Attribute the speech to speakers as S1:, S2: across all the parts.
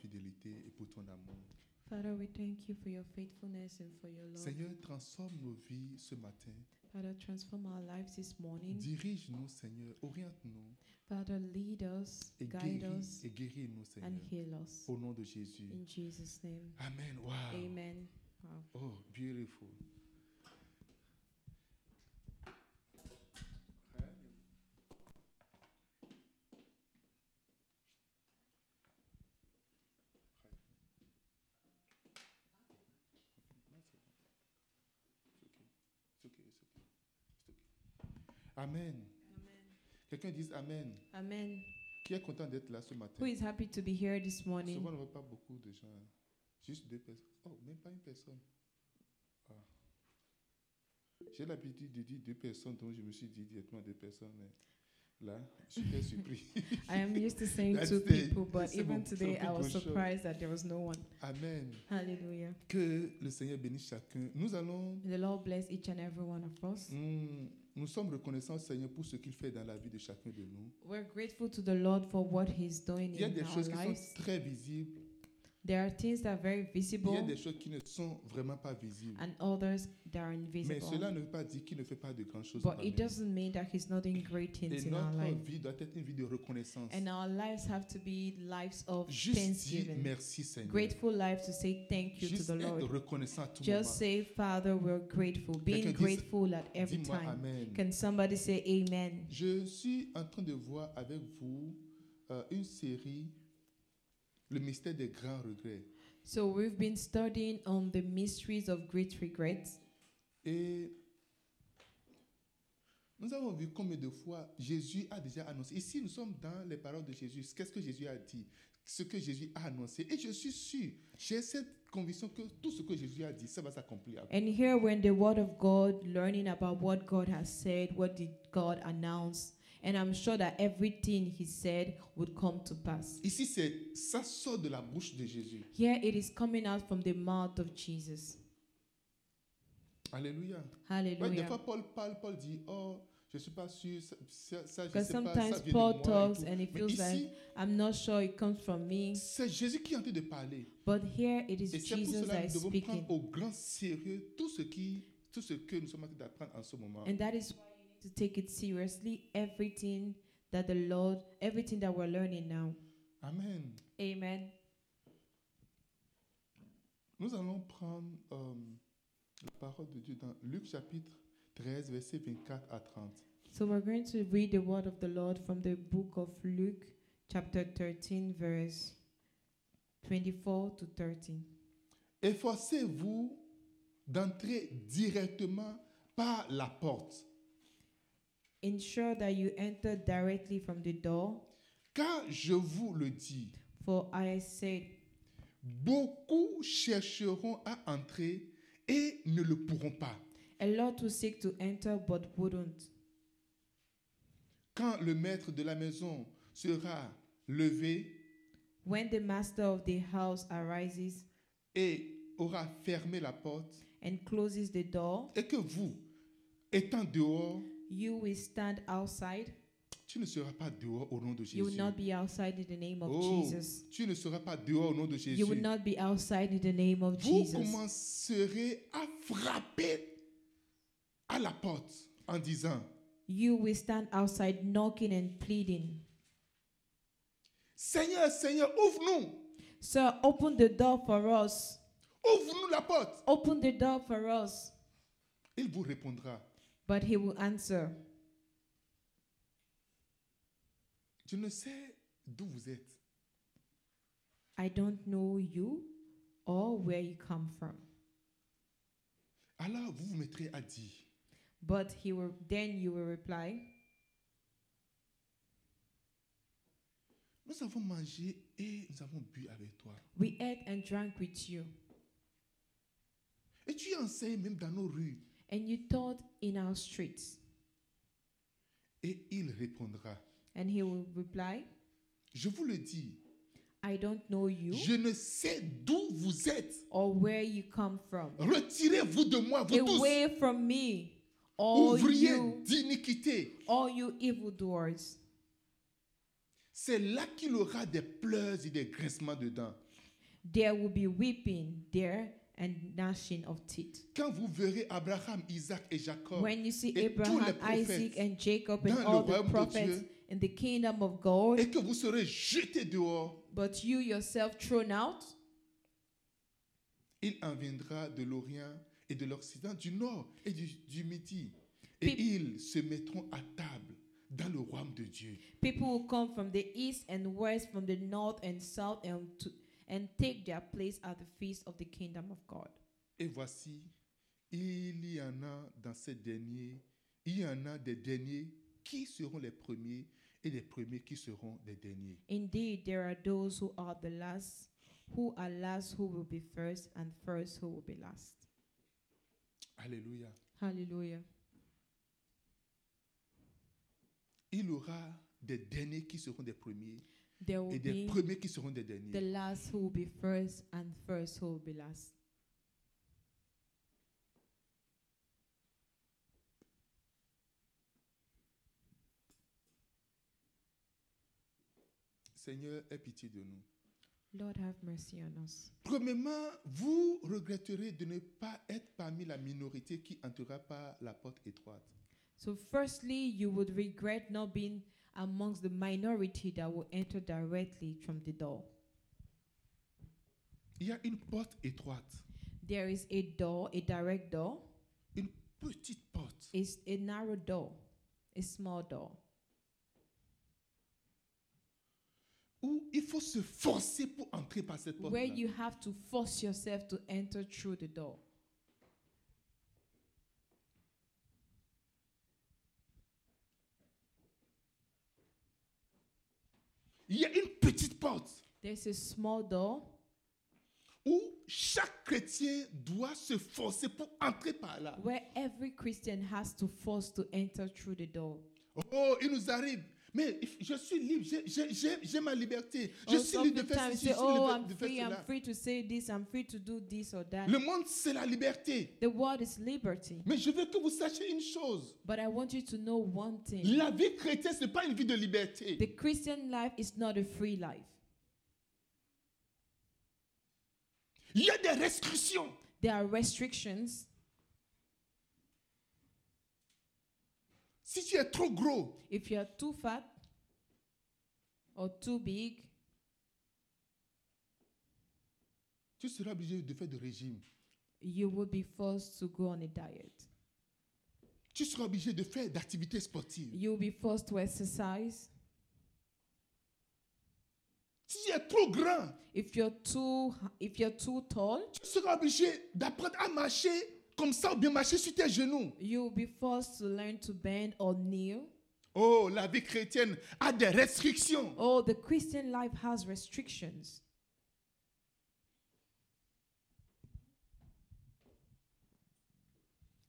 S1: fidélité et pour ton amour.
S2: Father, we thank you for your faithfulness and for your love.
S1: Seigneur, transforme nos vies ce matin.
S2: Father, transform our lives this morning.
S1: Dirige-nous, Seigneur. Oriente-nous
S2: Father, lead us,
S1: et
S2: guide
S1: guéris-
S2: us,
S1: et guéris-nous, Seigneur.
S2: and heal us.
S1: Au nom de Jésus.
S2: In Jesus' name.
S1: Amen. Wow.
S2: Amen. Wow.
S1: Oh, beautiful. Amen. Quelqu'un dise Amen.
S2: Amen.
S1: Qui est content d'être là ce matin?
S2: Who is happy to be here this morning?
S1: Souvent, on ne voit pas beaucoup de gens. hein. Juste deux personnes. Oh, même pas une personne. Ah. J'ai l'habitude de dire deux personnes, donc je me suis dit directement deux personnes. mais là, super surpris.
S2: I am used to saying
S1: That's
S2: two
S1: the-
S2: people, but
S1: that's the
S2: even
S1: moment-
S2: today I was
S1: people shock.
S2: surprised that there was no one.
S1: Amen.
S2: Hallelujah.
S1: Que le Seigneur bénisse chacun. Nous allons.
S2: The Lord bless each and every one of us.
S1: hmm, nous sommes reconnaissants, Seigneur, pour ce qu'il fait dans la vie de chacun de nous.
S2: We're grateful to the Lord for what He's doing
S1: Il y a
S2: in
S1: des
S2: our
S1: choses qui sont
S2: lives.
S1: très visibles.
S2: There are things that are
S1: Il
S2: very
S1: y a
S2: visible
S1: des choses qui ne sont vraiment pas visibles.
S2: and others that are
S1: Mais cela
S2: invisible.
S1: ne veut pas dire qu'il ne fait pas de grandes choses.
S2: But
S1: quand
S2: it
S1: même.
S2: doesn't mean that He's not doing great
S1: Et
S2: things in our life.
S1: notre vie doit être une vie de reconnaissance.
S2: And our lives have to be lives of
S1: Juste dis
S2: thanksgiving.
S1: merci Seigneur.
S2: Grateful life to say thank you to
S1: Juste
S2: the
S1: être
S2: Lord.
S1: reconnaissant à tout
S2: Just say, Father, we're grateful. Being
S1: Quelqu'un dise,
S2: grateful at
S1: moment.
S2: every
S1: Dis-moi
S2: time.
S1: Amen.
S2: Can somebody say amen?
S1: Je suis en train de voir avec vous euh, une série, Le mystère des grands regrets.
S2: So we've been studying on the mysteries of great regrets.
S1: Et nous avons vu combien de fois Jésus a déjà annoncé. Ici, nous sommes dans les paroles de Jésus. Qu'est-ce que Jésus a dit Ce que Jésus a annoncé. Et je suis sûr, j'ai cette conviction que tout ce que Jésus a dit, ça va s'accomplir.
S2: And here, when the Word of God, learning about what God has said, what did God announce, and I'm sure that everything He said would come to pass.
S1: Ici, c'est ça sort de la bouche de Jésus.
S2: Here it is coming out from the mouth of Jesus.
S1: Alléluia. Ouais, des
S2: Hallelujah.
S1: fois, Paul parle, Paul dit, oh, je ne suis pas sûr, ça, ça, ça, je ne
S2: Because
S1: sais pas, ça
S2: sometimes
S1: vient
S2: Paul
S1: de moi et
S2: talks
S1: tout.
S2: and it
S1: Mais
S2: feels like
S1: ici,
S2: I'm not sure it comes from me,
S1: c'est Jésus qui est en train de parler.
S2: but here it is
S1: Et c'est pour
S2: Jesus
S1: cela
S2: that
S1: que
S2: is
S1: nous devons
S2: speaking.
S1: prendre au grand sérieux tout ce, qui, tout ce que nous sommes en train d'apprendre en ce moment.
S2: And that is why you need to take it seriously, everything that the Lord, everything that we're learning now.
S1: Amen.
S2: Amen.
S1: Nous allons prendre euh, la parole de Dieu dans Luc chapitre 13, versets 24 à 30.
S2: So we're going to read the word of the Lord from the book of Luke, chapter 13, verse 24 to 13.
S1: Efforcez-vous d'entrer directement par la porte.
S2: Ensure that you enter directly from the door,
S1: Car je vous le dis,
S2: for I said,
S1: beaucoup chercheront à entrer et ne le pourront pas.
S2: A lot will seek to enter but wouldn't.
S1: Quand le maître de la maison sera levé
S2: When the master of the house arises
S1: et aura fermé la porte,
S2: and closes the door,
S1: et que vous, étant dehors,
S2: you will stand outside.
S1: tu ne seras pas dehors au nom de
S2: You will
S1: Jésus.
S2: not be outside in the name of
S1: Oh,
S2: Jesus.
S1: tu ne seras pas dehors au nom de Jésus.
S2: You will not be outside in the name of
S1: vous
S2: Jesus.
S1: commencerez à frapper à la porte en disant,
S2: You will stand outside knocking and pleading.
S1: Seigneur, Seigneur, ouvre-nous,
S2: Sir, open the door for us.
S1: ouvre-nous la porte.
S2: Open the door for us.
S1: Il vous répondra,
S2: But he will answer,
S1: je ne sais d'où vous êtes.
S2: I don't know you or where you come from.
S1: Alors vous vous mettrez à dire,
S2: But he will then you will reply,
S1: nous avons mangé et nous avons bu avec toi.
S2: We ate and drank with you,
S1: Et tu enseignes même dans nos rues.
S2: and you taught in our streets.
S1: Et il répondra,
S2: And he will reply,
S1: je vous le dis,
S2: I don't know you
S1: je ne sais d'où vous êtes.
S2: or where you come from.
S1: Retirez-vous de moi, vous tous,
S2: Away from me, all
S1: ouvriers
S2: you,
S1: d'iniquité.
S2: all you evildoers.
S1: C'est là qu'il aura des pleurs et des grincements dedans.
S2: There will be weeping there and gnashing of teeth.
S1: Quand vous verrez Abraham, Isaac et Jacob,
S2: When you see
S1: et tous les
S2: Abraham,
S1: prophètes
S2: Isaac, and Jacob,
S1: dans
S2: and
S1: le
S2: all the
S1: royaume de
S2: prophets
S1: Dieu,
S2: in the kingdom of God,
S1: et que vous serez jetés dehors,
S2: but you yourself thrown out,
S1: il en viendra de l'Orient et de l'Occident, du Nord et du, du Midi. Et
S2: Pip-
S1: ils se mettront à table dans le royaume de Dieu.
S2: people will come from the east and west, from the north and south, and, to, and take their place at the feast of the kingdom of God.
S1: Et voici, il y en a dans ces derniers, il y en a des derniers qui seront les premiers et les premiers qui seront des derniers.
S2: Indeed, there are those who are the last, who are last who will be first, and first who will be last.
S1: Alléluia.
S2: Hallelujah.
S1: Il y aura des derniers qui seront des premiers
S2: There will
S1: et des
S2: be
S1: premiers qui seront des
S2: the
S1: derniers.
S2: last who will be first, and first who will be last.
S1: Seigneur, aie pitié de nous.
S2: Lord, have mercy on us.
S1: Premièrement, vous regretterez de ne pas être parmi la minorité qui entrera par la porte étroite.
S2: So, firstly, you would regret not being amongst the minority that will enter directly from the door.
S1: Il y a une porte étroite,
S2: There is a door, a direct door,
S1: une petite porte.
S2: it's a narrow door, a small door.
S1: où il faut se forcer pour entrer par cette porte.
S2: where you have to force yourself to enter through the door.
S1: Il y a une petite porte
S2: There's a small door
S1: où chaque chrétien doit se forcer pour entrer par là.
S2: where every Christian has to force to enter through the door.
S1: Oh, il nous arrive. Mais if- je suis libre, j'ai- j'ai- j'ai j'ai ma liberté. Je
S2: Or
S1: suis libre de faire
S2: Oh, sometimes
S1: ceci,
S2: you
S1: je suis
S2: say, "Oh,
S1: libre
S2: I'm
S1: de faire
S2: free. I'm
S1: cela.
S2: free to say this. I'm free to do this or that."
S1: Le monde, c'est la liberté.
S2: The word is liberty,
S1: Mais je veux que vous sachiez une chose.
S2: but I want you to know one thing:
S1: La vie chrétienne, ce n'est pas une vie de
S2: the
S1: liberté.
S2: Christian life is not a free life.
S1: Il y a des restrictions.
S2: There are restrictions.
S1: Si tu es trop gros,
S2: If you are too fat or too big,
S1: tu seras obligé de faire du régime.
S2: you will be forced to go on a diet.
S1: Tu seras obligé de faire d'activités sportives.
S2: You'll be forced to exercise.
S1: Si tu es trop grand,
S2: If you're too h- if you're too tall,
S1: tu seras obligé d'apprendre à marcher comme ça ou bien marcher sur tes genoux.
S2: you'll be forced to learn to bend or kneel.
S1: Oh, la vie chrétienne a des restrictions.
S2: Oh, the Christian life has restrictions.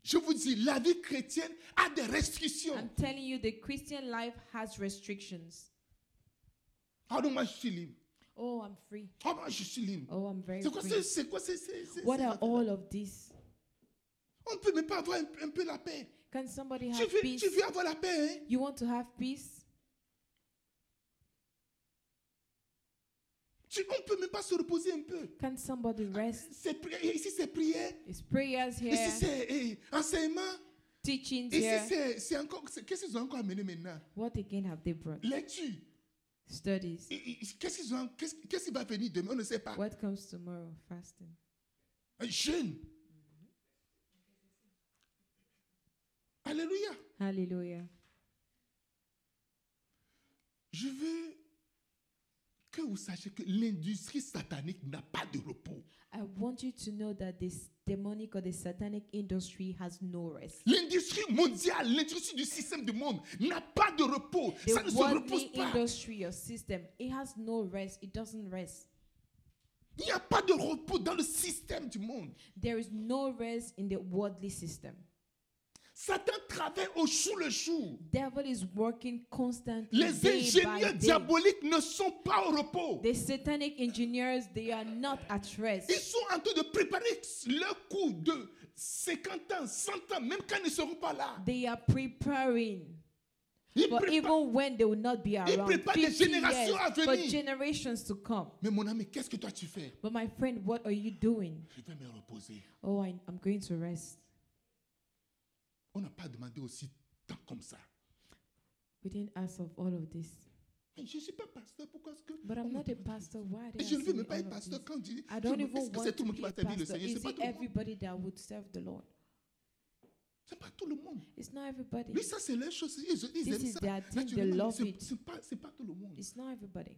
S1: Je vous dis, la vie chrétienne a des restrictions.
S2: I'm telling you, the Christian life has restrictions.
S1: Ah non, moi je suis libre.
S2: Oh, I'm free.
S1: Ah moi je suis libre.
S2: Oh, I'm very
S1: C'est quoi c'est
S2: free.
S1: c'est quoi c'est c'est- c'est-
S2: What
S1: c'est-
S2: are all of these?
S1: On ne peut même pas avoir un, un peu la paix.
S2: Can somebody
S1: Tu
S2: have
S1: veux,
S2: peace?
S1: tu veux avoir la paix, hein?
S2: You want to have peace?
S1: Tu- on ne peut même pas se reposer un peu.
S2: Can somebody rest?
S1: C'est pri- ici c'est prière,
S2: It's prayers here,
S1: ici c'est eh, enseignement,
S2: teachings
S1: ici
S2: here.
S1: c'est c'est encore c'est- qu'est-ce qu'ils ont encore amené maintenant?
S2: What again have they brought?
S1: Lecture.
S2: Studies.
S1: Et- et- Qu'est-ce qu'ils ont- qu'est-ce- qu'est-ce qui va venir demain On ne sait pas.
S2: What comes tomorrow? Fasting.
S1: Un jeûne. Alléluia.
S2: Hallelujah.
S1: Je veux que vous sachiez que l'industrie satanique n'a pas de repos.
S2: I want you to know that this demonic or the satanic industry has no rest.
S1: L'industrie mondiale, l'industrie du système du monde n'a pas de repos.
S2: The
S1: Ça ne se
S2: worldly
S1: repose pas.
S2: industry or system, it has no rest. It doesn't rest.
S1: Il n'y a pas de repos dans le système du monde.
S2: There is no rest in the worldly system.
S1: Satan travaille au jour le jour.
S2: Devil is working constantly.
S1: Les
S2: day by
S1: ingénieurs
S2: day.
S1: diaboliques ne sont pas au repos.
S2: The satanic engineers, they are not at
S1: Ils
S2: rest.
S1: sont en train de préparer leur coup de 50 ans, 100 ans, même quand ils ne seront pas là.
S2: They are preparing
S1: Il
S2: But
S1: prépare-
S2: even when they will not be around,
S1: prépare des
S2: 50
S1: générations
S2: years,
S1: à
S2: but
S1: venir.
S2: generations to come.
S1: Mais mon ami, qu'est-ce que toi tu fais
S2: But my friend, what are you doing?
S1: Je vais me reposer.
S2: Oh, I, I'm going to rest.
S1: On n'a pas demandé aussi tant comme ça.
S2: We didn't ask of all of this.
S1: Mais je ne suis pas pasteur, pourquoi est-ce que.
S2: But I'm
S1: on
S2: not a
S1: me demande-
S2: pastor. Why are they
S1: Et je ne veux
S2: asking me
S1: même pas
S2: all
S1: être
S2: of
S1: pasteur
S2: this?
S1: quand je dis.
S2: I
S1: je
S2: don't
S1: me-
S2: even
S1: Est-ce que c'est
S2: want
S1: tout le
S2: to
S1: monde qui
S2: be
S1: va
S2: a
S1: servir le
S2: pastor.
S1: Seigneur C'est
S2: Is
S1: pas
S2: it
S1: tout le monde.
S2: everybody that would serve the Lord?
S1: C'est pas tout le monde.
S2: It's not everybody.
S1: Lui, ça, c'est leur chose. Ils, ils
S2: This
S1: aiment
S2: is
S1: ça.
S2: their thing. They
S1: Naturellement,
S2: love
S1: c'est-
S2: it.
S1: c'est pas, c'est pas tout le monde.
S2: It's not everybody.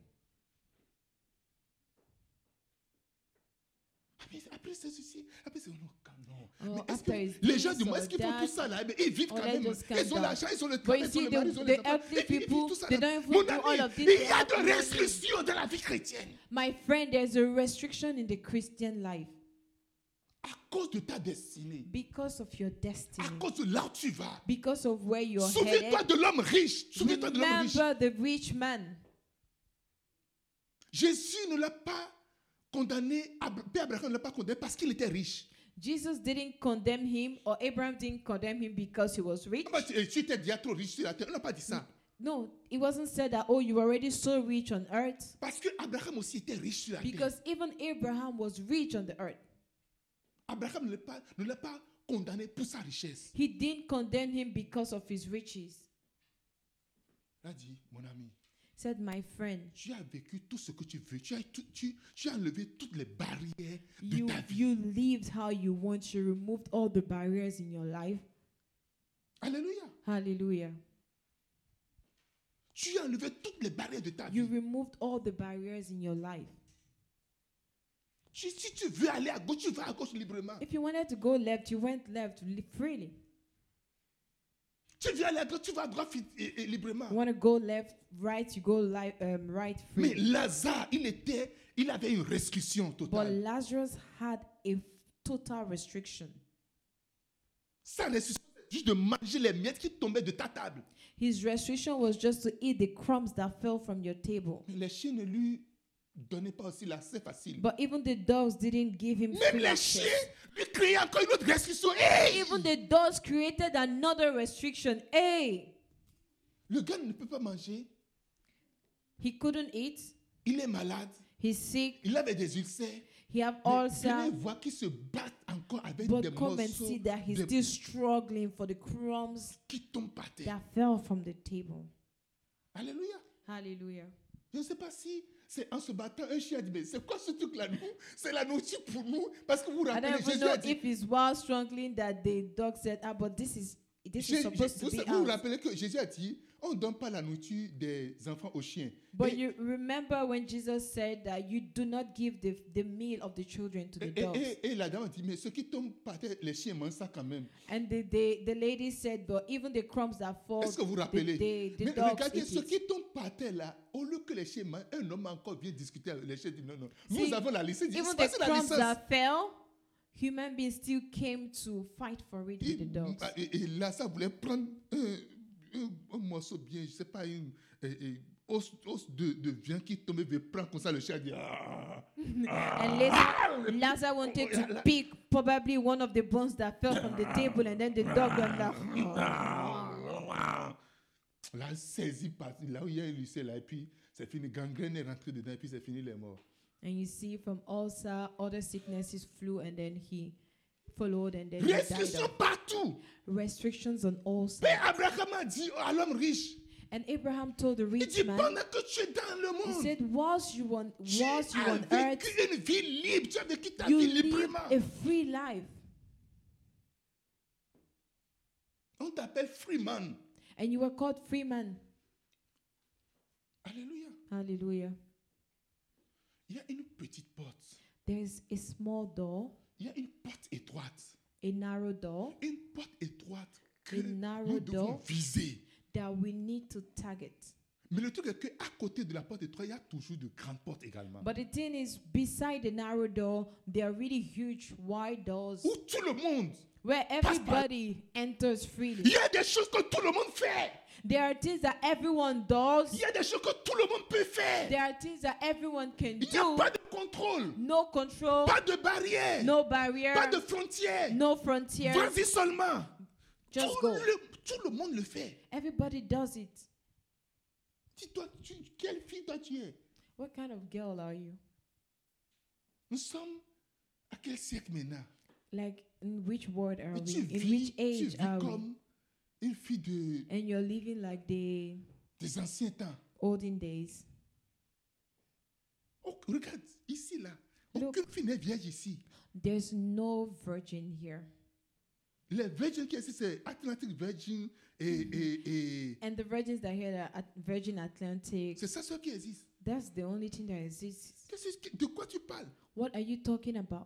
S1: Ah, mais après, c'est ceci. Après, c'est non, non.
S2: Oh,
S1: mais est-ce
S2: after it's
S1: que les gens
S2: this
S1: du monde,
S2: or
S1: est-ce qu'ils font tout
S2: that,
S1: ça là Mais Ils vivent
S2: or
S1: quand
S2: they
S1: même.
S2: Oh, just calm
S1: Ils ont
S2: down.
S1: l'argent, ils ont le
S2: But
S1: travail,
S2: you
S1: ils ont
S2: see,
S1: le
S2: the,
S1: mari, ils ont
S2: the
S1: les enfants.
S2: elderly
S1: Et puis, Ils vivent
S2: people,
S1: tout ça
S2: they
S1: là.
S2: don't
S1: Mon
S2: even do all
S1: ami,
S2: of this.
S1: il
S2: They
S1: y a
S2: have
S1: de
S2: money.
S1: restrictions dans la vie chrétienne.
S2: My friend, there's a restriction in the Christian life
S1: À cause de ta destinée.
S2: because of your
S1: À
S2: destiny,
S1: cause de là où tu vas.
S2: because of where you're headed.
S1: Souviens-toi de l'homme riche. Souviens-toi de l'homme riche.
S2: Remember the rich man.
S1: Jésus ne l'a pas condamné, Ab- Père Abraham ne l'a pas condamné parce qu'il était riche.
S2: Jesus didn't condemn him, or Abraham didn't condemn him because he was rich.
S1: Ah bah, tu, tu étais déjà trop riche sur la terre. On n'a pas dit ça.
S2: No, it wasn't said that, oh, you were already so rich on earth.
S1: Parce que Abraham aussi était riche sur la terre.
S2: Because even Abraham was rich on the earth.
S1: Abraham ne l'a pas, ne l'a pas condamné pour sa richesse.
S2: He didn't condemn him because of his riches.
S1: Il a dit, mon ami,
S2: Said my friend,
S1: tu as vécu tout ce que tu veux. Tu as, tout- tu, tu as enlevé toutes les barrières de
S2: you,
S1: ta vie.
S2: you lived how you want, you removed all the barriers in your life.
S1: Alléluia.
S2: Hallelujah.
S1: Tu as enlevé toutes les barrières de ta
S2: You
S1: vie.
S2: removed all the barriers in your life.
S1: Tu- si tu veux aller à gauche, tu vas à gauche librement.
S2: If you wanted to go left, you went left li- freely.
S1: Tu veux aller à droite, tu vas à droite et- et librement.
S2: You want to go left, right, you go li- um, right
S1: Mais
S2: freely.
S1: Lazare, il était, il avait une restriction
S2: But
S1: totale.
S2: Lazarus had a f- total restriction.
S1: Sa restriction, c'est juste de manger les miettes qui tombaient de ta table.
S2: His restriction was just to eat the crumbs that fell from your table.
S1: Mais les chiens ne lui donnaient pas aussi l'accès facile.
S2: But even the dogs didn't give him
S1: Même
S2: free
S1: les
S2: access.
S1: chiens lui créaient encore une autre restriction. Hey!
S2: Even the dogs created another restriction. Hey,
S1: Le gars ne peut pas manger.
S2: he couldn't eat.
S1: Il est malade.
S2: He's sick.
S1: Il avait des ulcères.
S2: He have
S1: Mais Venez
S2: ulcer.
S1: voir qu'il se bat encore avec des
S2: Oh, But come and
S1: morceaux
S2: see that he's
S1: de-
S2: still struggling for the crumbs
S1: qui tombent par terre.
S2: that fell from the table.
S1: Alléluia.
S2: Hallelujah.
S1: Je ne sais pas si c'est en se battant un chien a dit mais c'est quoi ce truc là nous C'est la nourriture pour nous parce que vous vous
S2: I
S1: rappelez
S2: don't even
S1: Jésus
S2: know
S1: a dit
S2: if it's while struggling that the dog said, ah, but this is this
S1: Jé-
S2: is
S1: Jé-
S2: supposed to
S1: vous,
S2: be
S1: vous vous
S2: out.
S1: rappelez que Jésus a dit on ne donne pas la nourriture des enfants aux chiens.
S2: But
S1: et,
S2: you remember when Jesus said that you do not give the, the meal of the children to the
S1: et- et-
S2: dogs.
S1: et- et la dame a dit mais ceux qui tombent par terre les chiens mangent ça quand même.
S2: And the, the, the lady said, but even the crumbs that fall,
S1: Est-ce que vous vous
S2: the-
S1: rappelez
S2: the, the
S1: Mais
S2: dogs
S1: regardez
S2: eat
S1: ceux
S2: it.
S1: qui tombent par terre là au lieu que les chiens mangent un homme encore vient discuter avec les chiens dit non non nous
S2: See,
S1: avons la licence. Il dit,
S2: Even
S1: c'est
S2: the
S1: pas ça, la
S2: crumbs
S1: licence.
S2: that fell, human beings still came to fight for it with the
S1: Il- ah,
S2: dogs.
S1: Et, et là, ça voulait prendre un, un- un morceau bien, je sais pas, une euh, euh, os, os de, de viande qui tombait, mais prend comme ça le chat dit ah,
S2: And later, Lazarus wanted
S1: Oh,
S2: to pick probably one of the bones that fell from the table, and then the dog went like,
S1: ah. Là, il saisit par- là où il y a un lycée là, et puis c'est fini, gangrène est rentrée dedans, et puis c'est fini les morts.
S2: And you see, from ulcer, other sicknesses flew, and then he followed, and then he died.
S1: Restriction
S2: of-
S1: partout.
S2: Restrictions on ulcer.
S1: Père Abraham a dit à l'homme riche,
S2: And Abraham told the
S1: il
S2: rich
S1: dit
S2: man,
S1: pendant que tu es dans le
S2: he
S1: monde,
S2: said, whilst you on,
S1: tu
S2: whilst you
S1: as
S2: on earth,
S1: vécu une vie libre, tu as vécu ta
S2: you
S1: vie
S2: live
S1: librement.
S2: a free life,
S1: On t'appelle freeman.
S2: and you were called free man.
S1: Alléluia.
S2: Hallelujah.
S1: Il y a une petite porte.
S2: There is a small door,
S1: Il y a une porte étroite.
S2: a narrow door
S1: Une porte étroite que
S2: Une narrow
S1: nous devons
S2: door.
S1: viser.
S2: that we need to target.
S1: Mais le truc est qu'à côté de la porte étroite, il y a toujours de grandes portes également.
S2: But the thing is, beside the narrow door, there are really huge wide doors
S1: Où tout le monde,
S2: where
S1: by.
S2: everybody enters freely.
S1: il y a des choses que tout le monde fait.
S2: There are things that everyone does.
S1: Il y a des choses que tout le monde peut faire.
S2: There are things that everyone can
S1: Il n'y a
S2: do.
S1: pas de contrôle,
S2: No control,
S1: pas de barrière,
S2: no barrier,
S1: pas de frontière.
S2: no frontier.
S1: Vas-y seulement.
S2: Just
S1: tout,
S2: go.
S1: le, Tout le monde le fait.
S2: Everybody does it.
S1: Dis-toi, tu- quelle fille toi tu es
S2: What kind of girl are you?
S1: Nous sommes à quel siècle maintenant
S2: Like, in which world are
S1: Et
S2: we?
S1: tu
S2: In
S1: vis,
S2: which
S1: tu
S2: age
S1: vis
S2: are we?
S1: comme une fille de,
S2: And you're living like the
S1: des anciens temps.
S2: olden days.
S1: Oh, regarde, ici, là.
S2: Look.
S1: Aucune fille n'est vieille ici.
S2: There's no virgin here.
S1: Les virgins qui sont ici, c'est Atlantic Virgin et... et, et
S2: And the virgins that are here are at Virgin Atlantic.
S1: c'est ça ce qui existe.
S2: That's the only thing that exists.
S1: Qu'est-ce que- de quoi tu parles
S2: What are you talking about?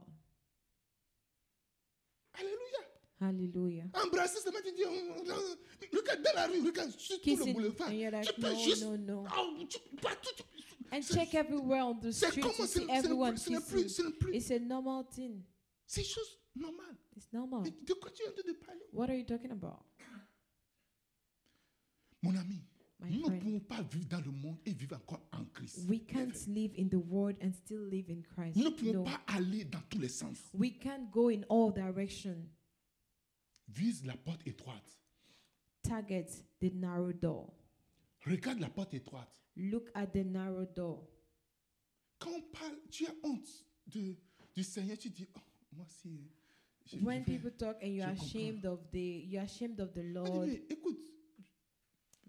S1: Alléluia.
S2: Hallelujah.
S1: Embrasser seulement, tu dis... on- on- on- Regarde dans la rue, regarde sur tout le
S2: Kissing,
S1: boulevard.
S2: and you're
S1: Tu
S2: like,
S1: peux
S2: no,
S1: juste...
S2: no, no.
S1: Ah, tu- partout, tu-
S2: And
S1: c'est-
S2: check everywhere on the
S1: C'est
S2: street
S1: comment
S2: to
S1: C'est
S2: see
S1: c'est-
S2: everyone
S1: c'est- c'est plus...
S2: kissing.
S1: C'est plus...
S2: It's a normal thing.
S1: C'est chose normale.
S2: It's normal.
S1: Mais de quoi tu es en train de parler
S2: What are you talking about,
S1: Mon ami,
S2: my
S1: nous ne
S2: friend?
S1: pouvons pas vivre dans le monde et vivre encore en Christ.
S2: We can't live in the world and still live in Christ.
S1: Nous ne pouvons
S2: No.
S1: pas aller dans tous les sens.
S2: We can't go in all direction.
S1: Vise la porte étroite.
S2: Target the narrow door.
S1: Regarde la porte étroite.
S2: Look at the narrow door.
S1: Quand on parle, tu as honte de, du Seigneur, tu dis, oh, moi si. euh, je- je
S2: When
S1: vais-
S2: people talk and you're
S1: je comprends.
S2: ashamed of the you're ashamed of the
S1: On dit,
S2: Lord,
S1: mais écoute,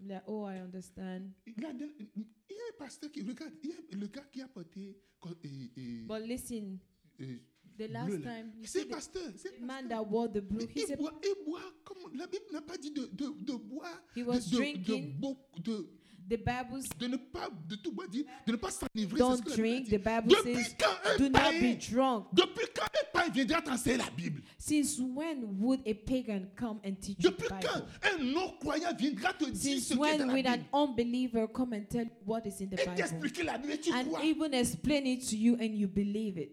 S2: I'm like, oh, I understand.
S1: il y a des- il y a un pasteur qui regarde, il y a le gars qui a porté. co- et- et-
S2: But listen,
S1: et
S2: the
S1: bleu,
S2: last
S1: là.
S2: time you see
S1: C'est
S2: the
S1: pasteur. C'est
S2: the man
S1: pasteur.
S2: that wore the blue,
S1: Mais
S2: he
S1: Il
S2: said
S1: boit, il boit comme la Bible n'a pas dit de, de, de boire,
S2: he
S1: de,
S2: was
S1: de- de
S2: drinking.
S1: beaucoup- de-
S2: The Bible s-
S1: de ne pas de tout boire, dit, de ne pas s'enivrer. c'est ce
S2: don't
S1: que la Bible
S2: drink.
S1: dit.
S2: The Bible
S1: Depuis
S2: says
S1: quand
S2: do
S1: un
S2: not be
S1: païen,
S2: drunk.
S1: depuis quand un païen viendra t'enseigner la Bible,
S2: Since when would a pagan come and teach you
S1: depuis
S2: the
S1: quand
S2: Bible?
S1: un non croyant viendra te dire
S2: Since
S1: ce qui est dans
S2: when
S1: la
S2: will
S1: Bible
S2: an unbeliever come and tell you what is in the
S1: et
S2: Bible
S1: t'expliquer la Bible et tu
S2: and
S1: crois.
S2: even explain it to you and you believe it?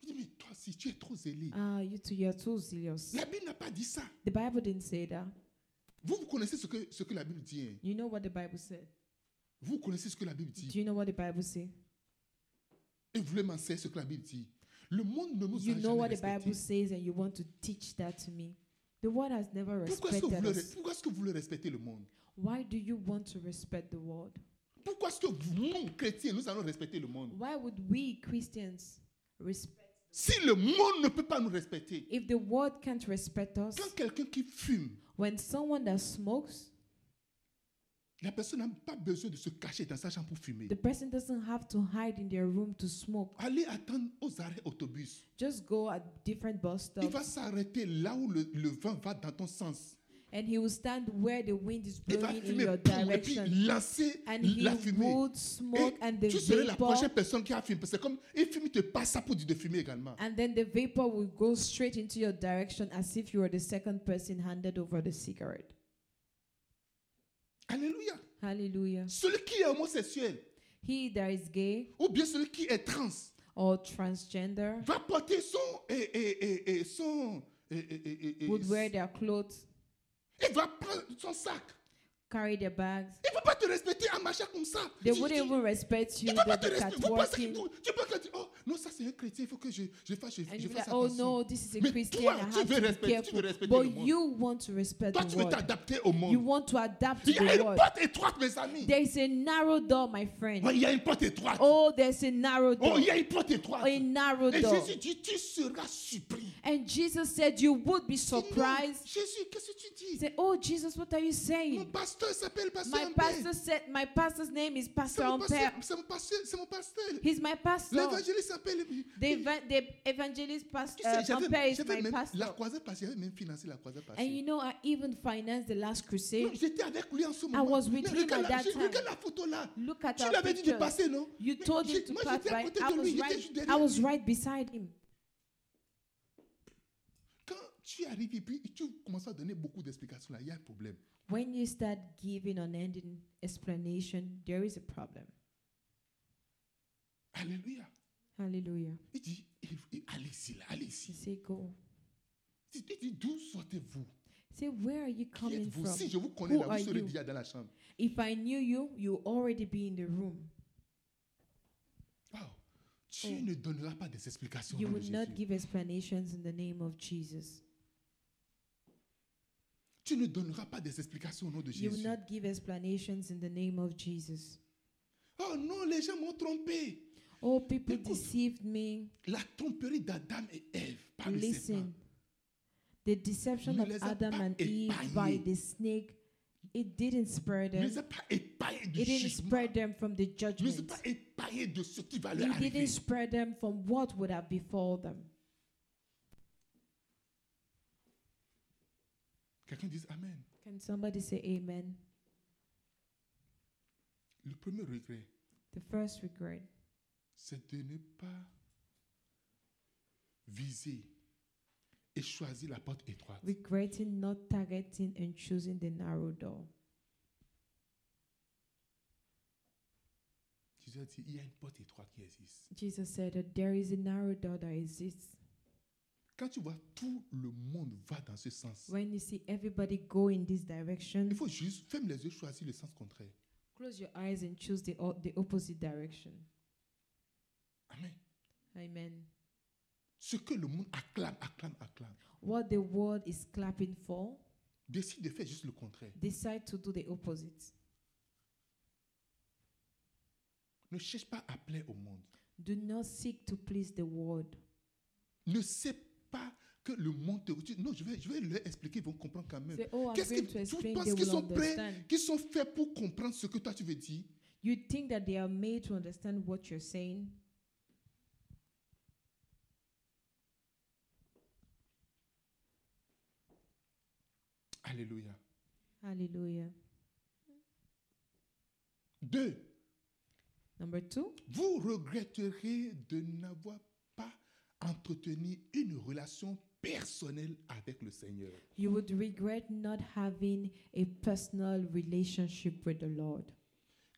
S1: Je dis, mais toi si tu es trop zélé,
S2: Ah, you two, you're too zealous.
S1: la Bible n'a pas dit ça.
S2: The Bible didn't say that.
S1: Vous vous connaissez ce que ce que la Bible dit. hein.
S2: You know what the Bible said.
S1: Vous connaissez ce que la Bible dit.
S2: Do you know what the Bible said?
S1: Et vous voulez m'enseigner ce que la Bible dit. Le monde ne nous
S2: You
S1: a
S2: know
S1: jamais
S2: what the Bible
S1: respectés.
S2: says and you want to teach that to me. The world has never
S1: Pourquoi est-ce que vous
S2: respected
S1: voulez-
S2: us.
S1: pourquoi est-ce que vous voulez respecter le monde?
S2: Why do you want to respect the world?
S1: Pourquoi est-ce que vous,
S2: Hmm?
S1: nous, chrétiens, nous allons respecter le monde
S2: Why would we Christians respect?
S1: Si le monde ne peut pas nous respecter,
S2: If the world can't respect us,
S1: quand quelqu'un qui fume,
S2: when someone that smokes,
S1: la personne n'a pas besoin de se cacher dans sa chambre pour fumer.
S2: the person doesn't have to hide in their room to smoke.
S1: Allez attendre aux arrêts autobus.
S2: Just go at different bus
S1: Il
S2: stops
S1: va s'arrêter là où le, le vent va dans ton sens.
S2: and he will stand where the wind is
S1: Il va
S2: blowing in
S1: fumer
S2: your
S1: boum, et puis
S2: direction.
S1: lancer
S2: And
S1: la
S2: he
S1: fumée.
S2: would smoke
S1: Et
S2: and the
S1: tu serais la prochaine
S2: vapor
S1: personne qui a fumé. C'est comme il fume, il te passe ça pour dire de fumer également.
S2: and then the vapor will go straight into your direction as if you were the second person handed over the cigarette.
S1: Alléluia.
S2: Hallelujah.
S1: Celui qui est homosexuel
S2: He that is gay
S1: ou bien celui qui est trans,
S2: or transgender
S1: va porter son et, et, et, et son et, et, et, et-
S2: would wear their clothes,
S1: il va prendre son sac.
S2: carry their bags.
S1: Il ne peut pas te respecter en marchant comme ça.
S2: They
S1: Tu-
S2: wouldn't
S1: tu-
S2: even respect
S1: il
S2: you.
S1: ne peut
S2: They'll
S1: pas te
S2: be
S1: respecter. Vous pensez
S2: catwalking.
S1: que tu peux que tu- oh non ça c'est un chrétien, il faut que je je fasse je, je
S2: And you be
S1: fasse
S2: like, oh
S1: attention.
S2: no, this is a
S1: Mais
S2: Christian.
S1: toi,
S2: I
S1: tu
S2: have
S1: veux
S2: to
S1: respecter-
S2: be
S1: tu
S2: careful.
S1: veux respecter le
S2: But
S1: monde.
S2: you want to respect
S1: Toi
S2: the
S1: tu veux
S2: world.
S1: t'adapter au
S2: You
S1: monde.
S2: want to adapt to
S1: Il y a
S2: the
S1: une
S2: world.
S1: porte étroite mes amis.
S2: There is a narrow door, my
S1: Ouais,
S2: friend.
S1: il y a une porte étroite. Oh
S2: Oh, there's a narrow door.
S1: il y a une porte étroite.
S2: A narrow
S1: Et
S2: door.
S1: Jésus dit tu seras surpris.
S2: And Jesus said, You would be
S1: Dis, non,
S2: surprised.
S1: Jésus qu'est-ce que tu
S2: He
S1: dis?
S2: said, Oh, Jesus, what are you
S1: Mon
S2: saying?
S1: pasteur s'appelle pasteur.
S2: My
S1: Ambert.
S2: pastor said, My pastor's name is
S1: C'est
S2: Pastor
S1: mon pasteur.
S2: Ampere.
S1: C'est mon pasteur. C'est mon pasteur.
S2: He's my pastor.
S1: L'évangéliste s'appelle.
S2: The, eva- the evangelist
S1: Tu
S2: pastor
S1: sais,
S2: uh,
S1: j'avais
S2: Ampere is
S1: j'avais
S2: my
S1: même la
S2: pastor.
S1: croisade parce que j'avais même financé la croisade parce
S2: And you know, I even financed the last crusade.
S1: Non, j'étais avec lui en ce moment.
S2: was with
S1: Mais
S2: him
S1: regarde,
S2: at
S1: la,
S2: that
S1: j'ai-
S2: time.
S1: regarde la photo là.
S2: Look at
S1: Tu
S2: our
S1: l'avais dit de
S2: pictures.
S1: passer, non
S2: You
S1: Mais
S2: told him
S1: j'ai-
S2: to
S1: moi,
S2: pass
S1: j'étais à
S2: by.
S1: côté
S2: I
S1: de lui,
S2: was
S1: j'étais
S2: right.
S1: juste derrière
S2: I was
S1: lui.
S2: right beside him.
S1: Quand tu arrives et puis tu commences à donner beaucoup d'explications là, il y a un problème.
S2: When you start giving unending explanation, there is a problem.
S1: Alléluia.
S2: Hallelujah.
S1: Il dit, il- il- allez ici là, allez
S2: He
S1: ici.
S2: say, go.
S1: Il dit- il dit, d'où sortez-vous
S2: Say, where are you
S1: Qui
S2: coming
S1: êtes-vous Si
S2: from?
S1: je vous connais
S2: Who
S1: là,
S2: are
S1: vous serez
S2: you?
S1: déjà dans la chambre.
S2: If I knew you, you already be in the room.
S1: Wow. Tu
S2: Oh.
S1: ne donneras pas des explications. au
S2: You
S1: nom de
S2: would not
S1: Jésus.
S2: give explanations in the name of Jesus.
S1: Tu ne donneras pas des explications au nom de
S2: You will
S1: Jésus.
S2: not give explanations in the name of Jesus.
S1: Oh non, les gens m'ont trompé.
S2: Oh, people
S1: Écoute.
S2: deceived me.
S1: La tromperie d'adam et Ève parmi ses
S2: Listen. The deception
S1: Ne
S2: of
S1: les a
S2: Adam
S1: pas
S2: and Eve by
S1: épargnés.
S2: the snake, it didn't spare
S1: Ne
S2: them.
S1: les a pas épargnés de
S2: It didn't
S1: jugement.
S2: spare them from the
S1: Ne les a
S2: judgment.
S1: pas épargnés de ce qui va leur
S2: It
S1: arriver.
S2: didn't spare them from what would have befall them.
S1: Quelqu'un dise Amen.
S2: Can somebody say amen?
S1: Le premier regret,
S2: The first regret
S1: c'est de ne pas viser et choisir la porte étroite.
S2: regretting not targeting and choosing the narrow door.
S1: Jésus a dit, il y a une porte étroite qui existe.
S2: Jesus said that there is a narrow door that exists.
S1: Quand tu vois tout le monde va dans ce sens,
S2: When you see everybody go in this direction,
S1: il faut juste fermer les yeux, choisir le sens contraire.
S2: close your eyes and choose the, o- the opposite direction.
S1: Amen.
S2: Amen.
S1: Ce que le monde acclame, acclame, acclame.
S2: What the world is clapping for,
S1: Décide de faire juste le contraire.
S2: decide to do the opposite.
S1: Ne cherche pas à plaire au monde.
S2: Do not seek to please the world.
S1: Ne sais pas que le monde te... tu- Non, je vais, je vais leur expliquer, ils vont comprendre quand même.
S2: Say, oh, I'm
S1: Qu'est-ce
S2: going
S1: que-
S2: to
S1: tu
S2: explain.
S1: penses
S2: They
S1: qu'ils
S2: will
S1: sont prêts?
S2: understand.
S1: Qui sont faits pour comprendre ce que toi tu veux dire.
S2: You think that they are made to understand what you're saying?
S1: Alléluia.
S2: Hallelujah.
S1: Deux,
S2: Number two,
S1: vous regretterez de n'avoir pas entretenu une relation personnelle avec le Seigneur.
S2: you would regret not having a personal relationship with the Lord.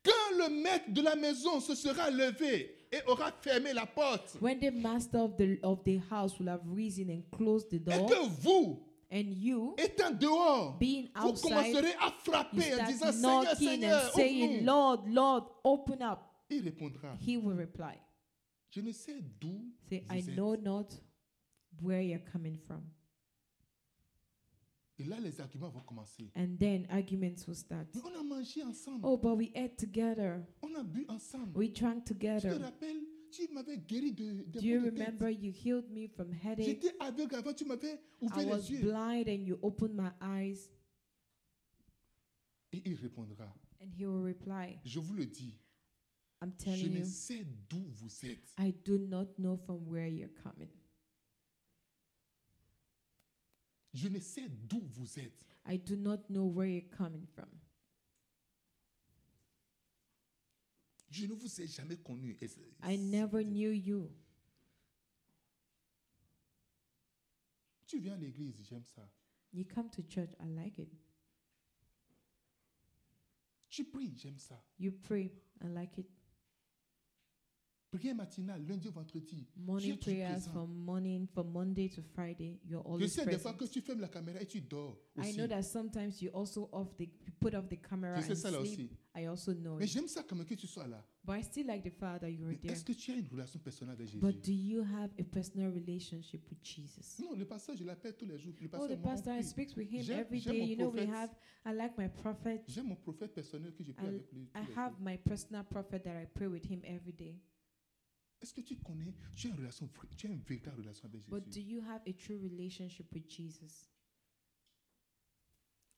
S1: Quand le maître de la maison se sera levé et aura fermé la porte,
S2: When the master of the of the house will have risen and closed the
S1: et
S2: door,
S1: que vous,
S2: and you,
S1: étant dehors,
S2: being
S1: vous
S2: outside,
S1: commencerez à
S2: you
S1: frapper en disant Seigneur,
S2: start knocking and
S1: Seigneur,
S2: saying,
S1: ouvre-nous.
S2: "Lord, Lord, open up."
S1: Il répondra
S2: He will reply,
S1: Je ne sais d'où
S2: "Say,
S1: vous
S2: I
S1: êtes.
S2: know not where you're coming from."
S1: Et là, les arguments vont commencer.
S2: And then arguments will start.
S1: Mais on a mangé ensemble,
S2: Oh, but we ate together.
S1: on a bu ensemble.
S2: We drank
S1: Tu te
S2: together.
S1: rappelles, tu m'avais guéri de, de
S2: Do you
S1: maux de tête.
S2: remember you healed me from headache?
S1: J'étais aveugle avant, tu m'avais
S2: I
S1: ouvert
S2: was
S1: les yeux.
S2: blind and you opened my eyes.
S1: Et il répondra,
S2: And he will reply,
S1: je vous le dis,
S2: I'm
S1: je
S2: telling
S1: ne
S2: you,
S1: sais d'où vous êtes.
S2: I do not know from where you're coming.
S1: Je ne sais d'où vous êtes.
S2: I do not know where you're coming from.
S1: Je ne vous ai jamais connu. Et c'est-
S2: I never knew you.
S1: Tu viens à l'église, j'aime ça.
S2: You come to church, I like it.
S1: Tu pries, j'aime ça.
S2: You pray, I like it.
S1: Prière matinale, lundi au vendredi.
S2: Morning
S1: Dieu, tu es
S2: prayers
S1: présent.
S2: from morning from Monday to Friday, you're
S1: Je
S2: always
S1: sais des fois
S2: present.
S1: que tu fermes la caméra et tu dors
S2: I
S1: aussi.
S2: know that sometimes you also off the you put off the camera
S1: Je sais
S2: and
S1: ça là
S2: sleep.
S1: aussi.
S2: I also know
S1: Mais
S2: it.
S1: j'aime ça quand même que tu sois là.
S2: But I still like the fact that you were
S1: Mais
S2: there.
S1: Est-ce que tu as une relation personnelle avec Jésus
S2: But do you have a personal relationship with Jesus?
S1: Non, le pasteur, je l'appelle tous les jours. Le
S2: Oh,
S1: pasteur, moi,
S2: the
S1: on
S2: pastor, I
S1: prie.
S2: speak with him
S1: J'aime-
S2: every
S1: j'aime
S2: day.
S1: mon
S2: You know, we
S1: prophète.
S2: have, I like my prophet.
S1: J'ai mon prophète personnel que je prie
S2: I-
S1: avec lui. tous
S2: I
S1: les jours.
S2: have my personal prophet that I pray with him every day.
S1: Est-ce que tu connais, tu as une relation, vra- tu as une véritable relation avec Jésus
S2: But do you have a true relationship with Jesus?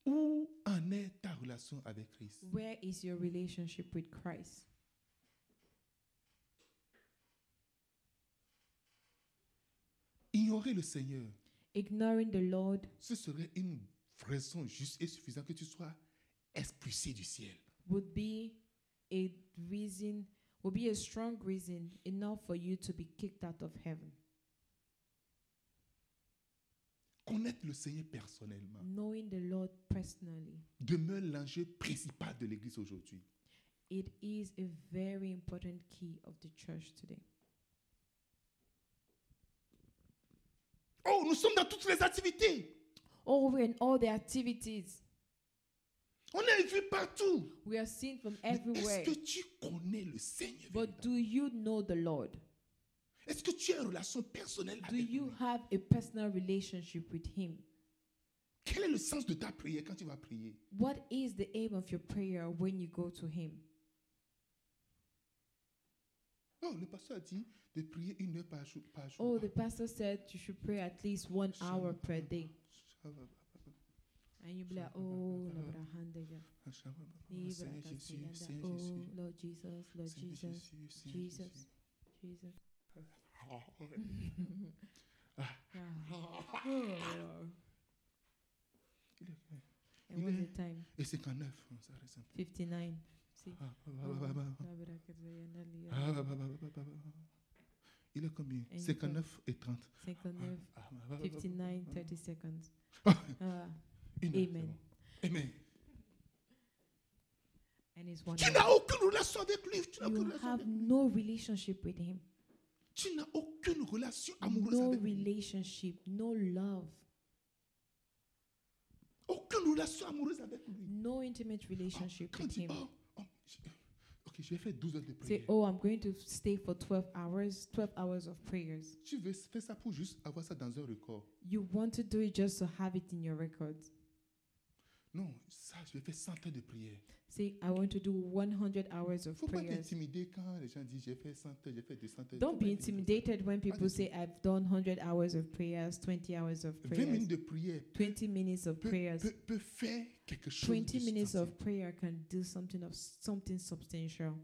S1: Où en est ta relation avec Christ
S2: Where is your relationship with Christ?
S1: Ignorer le Seigneur,
S2: Ignoring the Lord
S1: ce serait une raison juste et suffisante que tu sois expulsé du ciel.
S2: would be a reason, would be a strong reason enough for you to be kicked out of heaven.
S1: Connaître le Seigneur
S2: Ah.
S1: personnellement
S2: Knowing the Lord personally,
S1: demeure l'enjeu principal de l'Église aujourd'hui.
S2: it is a very important key of the church today.
S1: Oh, nous sommes dans toutes les activités.
S2: Oh, we're in all the activities.
S1: On est vu partout.
S2: We are seen from
S1: Mais
S2: everywhere.
S1: Est-ce que tu connais le Seigneur
S2: But
S1: véritablement?
S2: do you know the Lord?
S1: Est-ce que tu as une relation personnelle
S2: Do
S1: avec lui
S2: you have a personal relationship with Him?
S1: Quel est le sens de ta prière quand tu vas prier
S2: What is the aim of your prayer when you go to Him?
S1: Oh, le pasteur a dit de prier une heure par jour. Par jour.
S2: Oh, the pastor said you should pray at least one hour per day. And you'll be like, Oh, Lord, I handle you.
S1: Oh, Ah,
S2: Libra
S1: Seigneur Jésus,
S2: Castellana.
S1: Seigneur
S2: Oh,
S1: Jésus,
S2: Lord Jesus, Lord
S1: Seigneur
S2: Oh,
S1: Jésus,
S2: Jesus,
S1: Seigneur
S2: Jesus,
S1: Jésus.
S2: Jesus.
S1: Oh, ouais.
S2: Ah. Oh.
S1: Il est-
S2: And what's the time?
S1: Et 59, on s'arrête hein, un peu.
S2: 59. See?
S1: Ah, bah, bah,
S2: Oh,
S1: bah, bah, bah.
S2: Libra Castellana, Libra.
S1: Ah, bah, bah, bah, bah, bah, bah. Il est combien
S2: Et il est
S1: 59 et 30.
S2: 59,
S1: Ah, bah, bah, bah, bah.
S2: 59, 30 seconds.
S1: Ah,
S2: Ah,
S1: une heure, c'est
S2: Amen.
S1: bon. Amen.
S2: and it's one.
S1: Tu
S2: hour.
S1: n'as aucune relation avec lui. Tu n'as aucune relation
S2: You have
S1: avec lui.
S2: no relationship with Him.
S1: Tu n'as aucune relation amoureuse
S2: No
S1: avec lui.
S2: relationship, no love,
S1: Aucune relation amoureuse avec lui.
S2: no intimate
S1: Ah,
S2: relationship
S1: quand
S2: with
S1: tu dis,
S2: Him.
S1: oh, oh, je- ok, je vais faire 12 heures de
S2: Say,
S1: prière.
S2: oh, I'm going to stay for 12 hours, 12 hours of prayers.
S1: Tu veux faire ça pour juste avoir ça dans un record.
S2: You want to do it just to have it in your records.
S1: Non, ça, je vais faire 100 heures de prière.
S2: Say, I want to do 100 hours
S1: Il ne
S2: of
S1: faut pas
S2: prayers.
S1: t'intimider quand les gens disent, j'ai fait 100 heures, j'ai fait 200 heures.
S2: Don't
S1: Faut
S2: be
S1: pas intimider.
S2: intimidated when people
S1: Attitude.
S2: say, I've done 100 hours of prayers, 20 hours of
S1: 20 minutes
S2: prayers,
S1: de prière
S2: 20 minutes of
S1: peut,
S2: prayers.
S1: peut- peut faire quelque chose. de
S2: 20 minutes
S1: substantiel.
S2: of prayer can do something of something substantial.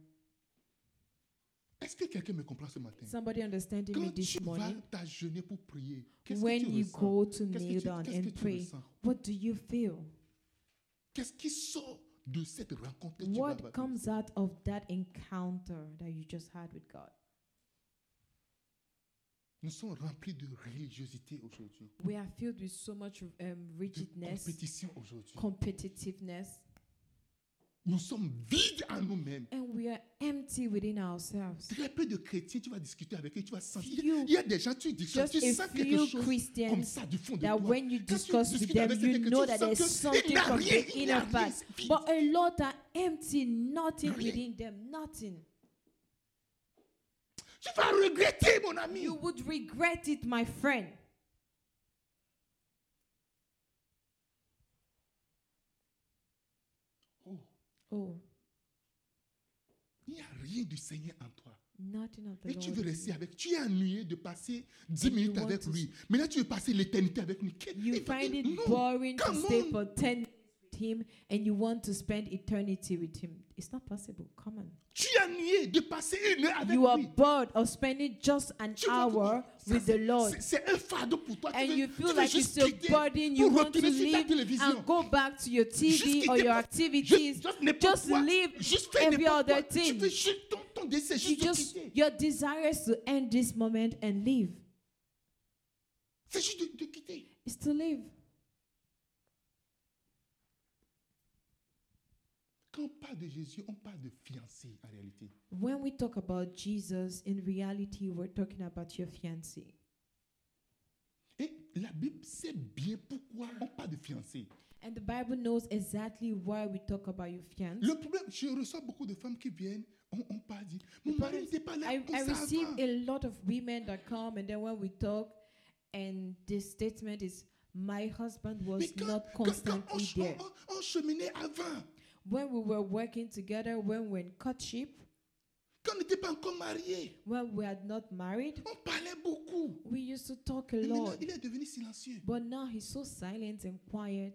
S1: Est-ce que quelqu'un me comprend ce matin?
S2: Somebody understanding me
S1: Quand
S2: this
S1: tu vas
S2: morning.
S1: t'ajeunner pour prier, qu'est-ce que
S2: When
S1: tu
S2: you
S1: ressens?
S2: go to
S1: Qu'est-ce que
S2: kneel
S1: tu-
S2: down
S1: qu'est-ce que
S2: and
S1: tu
S2: pray,
S1: ressens?
S2: what do you feel?
S1: Qu'est-ce qui sort de cette rencontre que tu vas
S2: What
S1: avoir?
S2: comes out of that encounter that you just had with God?
S1: Nous sommes remplis de religiosité aujourd'hui,
S2: We are filled with so much um,
S1: de
S2: rigidness,
S1: compétition aujourd'hui.
S2: competitiveness,
S1: Nous sommes vides en nous-mêmes.
S2: and we are empty within ourselves.
S1: Très peu de chrétiens, tu vas discuter avec eux, tu vas sentir.
S2: Few-
S1: Il y a des gens, tu dis ça,
S2: Just
S1: tu
S2: a
S1: sens quelque
S2: few
S1: chose comme
S2: Christians
S1: ça du fond de
S2: that
S1: toi.
S2: when you
S1: Quand tu
S2: discuss with
S1: discutes
S2: them,
S1: avec
S2: you
S1: quelqu'un,
S2: know
S1: tu
S2: that
S1: sens
S2: there's
S1: que il
S2: something
S1: n'a
S2: from
S1: rien,
S2: the
S1: il n'a
S2: inner
S1: rien,
S2: part.
S1: c'est vide.
S2: But a lot are empty, nothing
S1: Rien.
S2: within them, nothing.
S1: Tu vas regretter, mon ami.
S2: You would regret it, my friend.
S1: Oh,
S2: Oh,
S1: il n'y a rien du Seigneur en toi.
S2: nothing of the
S1: Et tu veux
S2: Lord.
S1: rester avec. Tu es ennuyé de passer 10
S2: You
S1: minutes
S2: want
S1: avec
S2: to-
S1: lui. Mais là, tu veux passer l'éternité avec lui. Qu'est-
S2: You
S1: il faut-
S2: find
S1: il-
S2: it
S1: non.
S2: boring to
S1: come
S2: stay
S1: on.
S2: for 10 minutes with him and you want to spend eternity with him. It's not possible. Come on.
S1: Tu es ennuyé de passer une heure avec
S2: You are
S1: lui.
S2: bored of spending just an
S1: Tu vois,
S2: hour
S1: ça,
S2: with the
S1: c'est-
S2: Lord.
S1: c'est- C'est un fardeau pour toi. Tu
S2: And
S1: veux-
S2: you
S1: tu
S2: feel
S1: veux
S2: like
S1: juste
S2: it's a
S1: quitter
S2: burden. You
S1: pour
S2: want to
S1: retourner sur ta
S2: leave
S1: télévision.
S2: and go back to your TV
S1: Juste
S2: or your
S1: quitter-
S2: activities.
S1: Juste, just n'importe
S2: Just
S1: quoi.
S2: leave
S1: Juste fais
S2: every
S1: n'importe quoi.
S2: other
S1: Tu
S2: thing.
S1: veux juste ton, ton désir,
S2: You
S1: juste de
S2: just
S1: quitter.
S2: your desire is to end this moment and leave.
S1: C'est juste de, de quitter.
S2: It's to leave.
S1: Quand on parle de Jésus, on parle de fiancé en réalité.
S2: When we talk about Jesus, in reality, we're talking about your fiancé.
S1: Et la Bible sait bien pourquoi on parle de fiancé.
S2: And the Bible knows exactly why we talk about your fiance.
S1: Le problème, je reçois beaucoup de femmes qui viennent, on, on parle, dit, mon
S2: The
S1: mari
S2: problem
S1: n'était pas là
S2: I,
S1: comme
S2: I
S1: ça
S2: receive
S1: avant.
S2: a lot of women that come, and then when we talk, and the statement is, My husband
S1: Mais
S2: was
S1: quand,
S2: not
S1: quand- quand on,
S2: constantly there.
S1: on- on cheminait avant,
S2: When we were working together, when we were in courtship,
S1: quand on n'était pas encore mariés,
S2: when we had not married,
S1: on parlait beaucoup.
S2: we used to talk a
S1: Et maintenant,
S2: lot.
S1: il est devenu silencieux.
S2: But now he's so silent and quiet.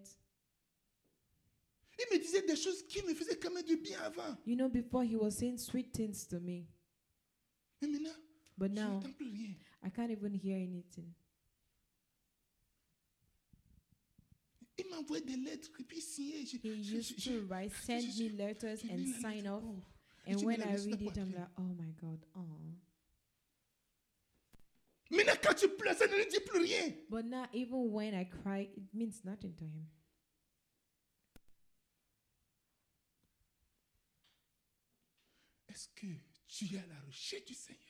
S1: Il me disait des choses qui me faisaient quand même du bien avant.
S2: You know, before he was saying sweet things to me,
S1: Mais maintenant,
S2: but
S1: je
S2: now
S1: n'entends plus rien.
S2: I can't even hear anything.
S1: Il m'envoyait des lettres et puis il signait. Je,
S2: He
S1: je-
S2: used
S1: je-
S2: to write,
S1: je-
S2: send
S1: je-
S2: me letters
S1: je
S2: and
S1: lis la
S2: sign
S1: lettre.
S2: off.
S1: Oh.
S2: And
S1: tu
S2: when
S1: lis la
S2: I
S1: lettre,
S2: read it, I'm
S1: n'importe
S2: like, oh my God, oh.
S1: Maintenant, quand tu pleures, ça ne lui dit plus rien.
S2: But now, even when I cry, it means nothing to him.
S1: Est-ce que tu es à la recherche du Seigneur?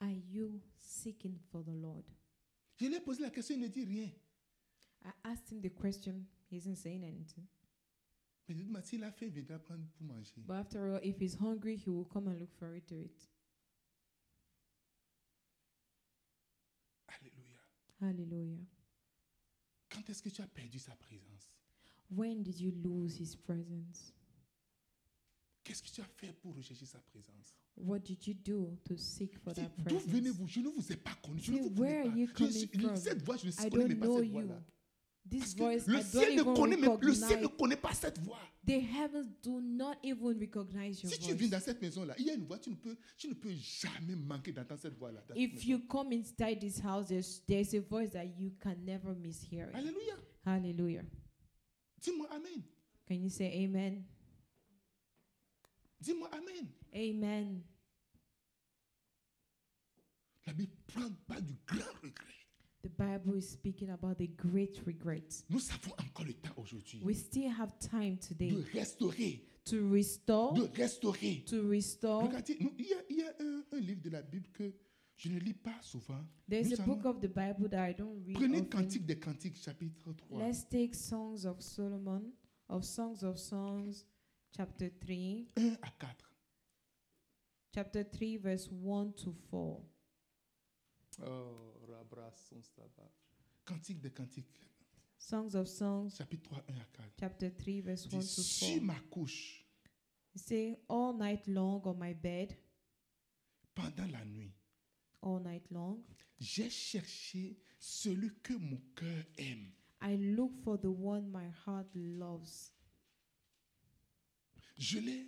S2: Are you seeking for the Lord?
S1: Je lui ai posé la question, il ne dit rien.
S2: I asked him the question. He isn't saying anything.
S1: Mais dites-moi, s'il a faim, il viendra prendre pour manger.
S2: But after all, if he's hungry, he will come and look for it to eat.
S1: Alléluia.
S2: Hallelujah.
S1: Quand Quand est-ce que tu as perdu sa présence
S2: When did you lose his presence?
S1: Qu'est-ce que tu as fait pour rechercher sa présence
S2: What did you do to seek for
S1: Dis,
S2: that
S1: D'où
S2: presence?
S1: venez-vous Je ne vous ai pas connu. Je ne
S2: Say,
S1: vous
S2: where
S1: connais
S2: are you
S1: pas. Je suis-
S2: coming from?
S1: cette voix, je ne
S2: I
S1: connais
S2: don't
S1: même pas
S2: know
S1: cette
S2: you.
S1: voix-là.
S2: This
S1: Parce que
S2: voice,
S1: le
S2: I don't
S1: ciel ne
S2: even
S1: connaît même- le ciel ne
S2: recognize.
S1: connaît pas cette voix.
S2: The heavens do not even recognize your
S1: Si tu viens
S2: voice.
S1: dans cette maison-là, il y a une voix, tu ne peux, tu ne peux jamais manquer d'entendre cette voix-là. dans cette
S2: If
S1: maison.
S2: you come inside this house, there's, there's a voice that you can never mishear. it.
S1: Alléluia.
S2: Hallelujah.
S1: Dis-moi Amen.
S2: Can you say amen?
S1: Dis-moi Amen.
S2: Amen.
S1: La Bible prend pas du grand regret.
S2: The Bible is speaking about the great regret.
S1: Nous avons encore le temps aujourd'hui
S2: We still have time
S1: de
S2: today
S1: restaurer,
S2: to restore,
S1: de restaurer.
S2: to restore.
S1: Regardez, nous- il y a, il y a un, un livre de la Bible que je ne lis pas souvent.
S2: There's
S1: Nous
S2: a
S1: allons-
S2: book of the Bible that I don't read.
S1: Prenez
S2: often.
S1: Cantique des Cantiques, chapitre 3.
S2: Let's take Songs of Solomon, of Songs of Songs, chapter 3,
S1: 1 à 4.
S2: chapter 3, verse 1 to 4.
S1: Oh, rabrassons là-bas. Cantique des Cantiques,
S2: Songs of Songs,
S1: chapitre 3, 1 à 4.
S2: chapter 3, verse 1
S1: Dit,
S2: to 4.
S1: sur ma couche,
S2: You say, All night long on my bed,
S1: pendant la nuit,
S2: all night long,
S1: j'ai cherché celui que mon cœur aime.
S2: I look for the one my heart loves.
S1: Je l'ai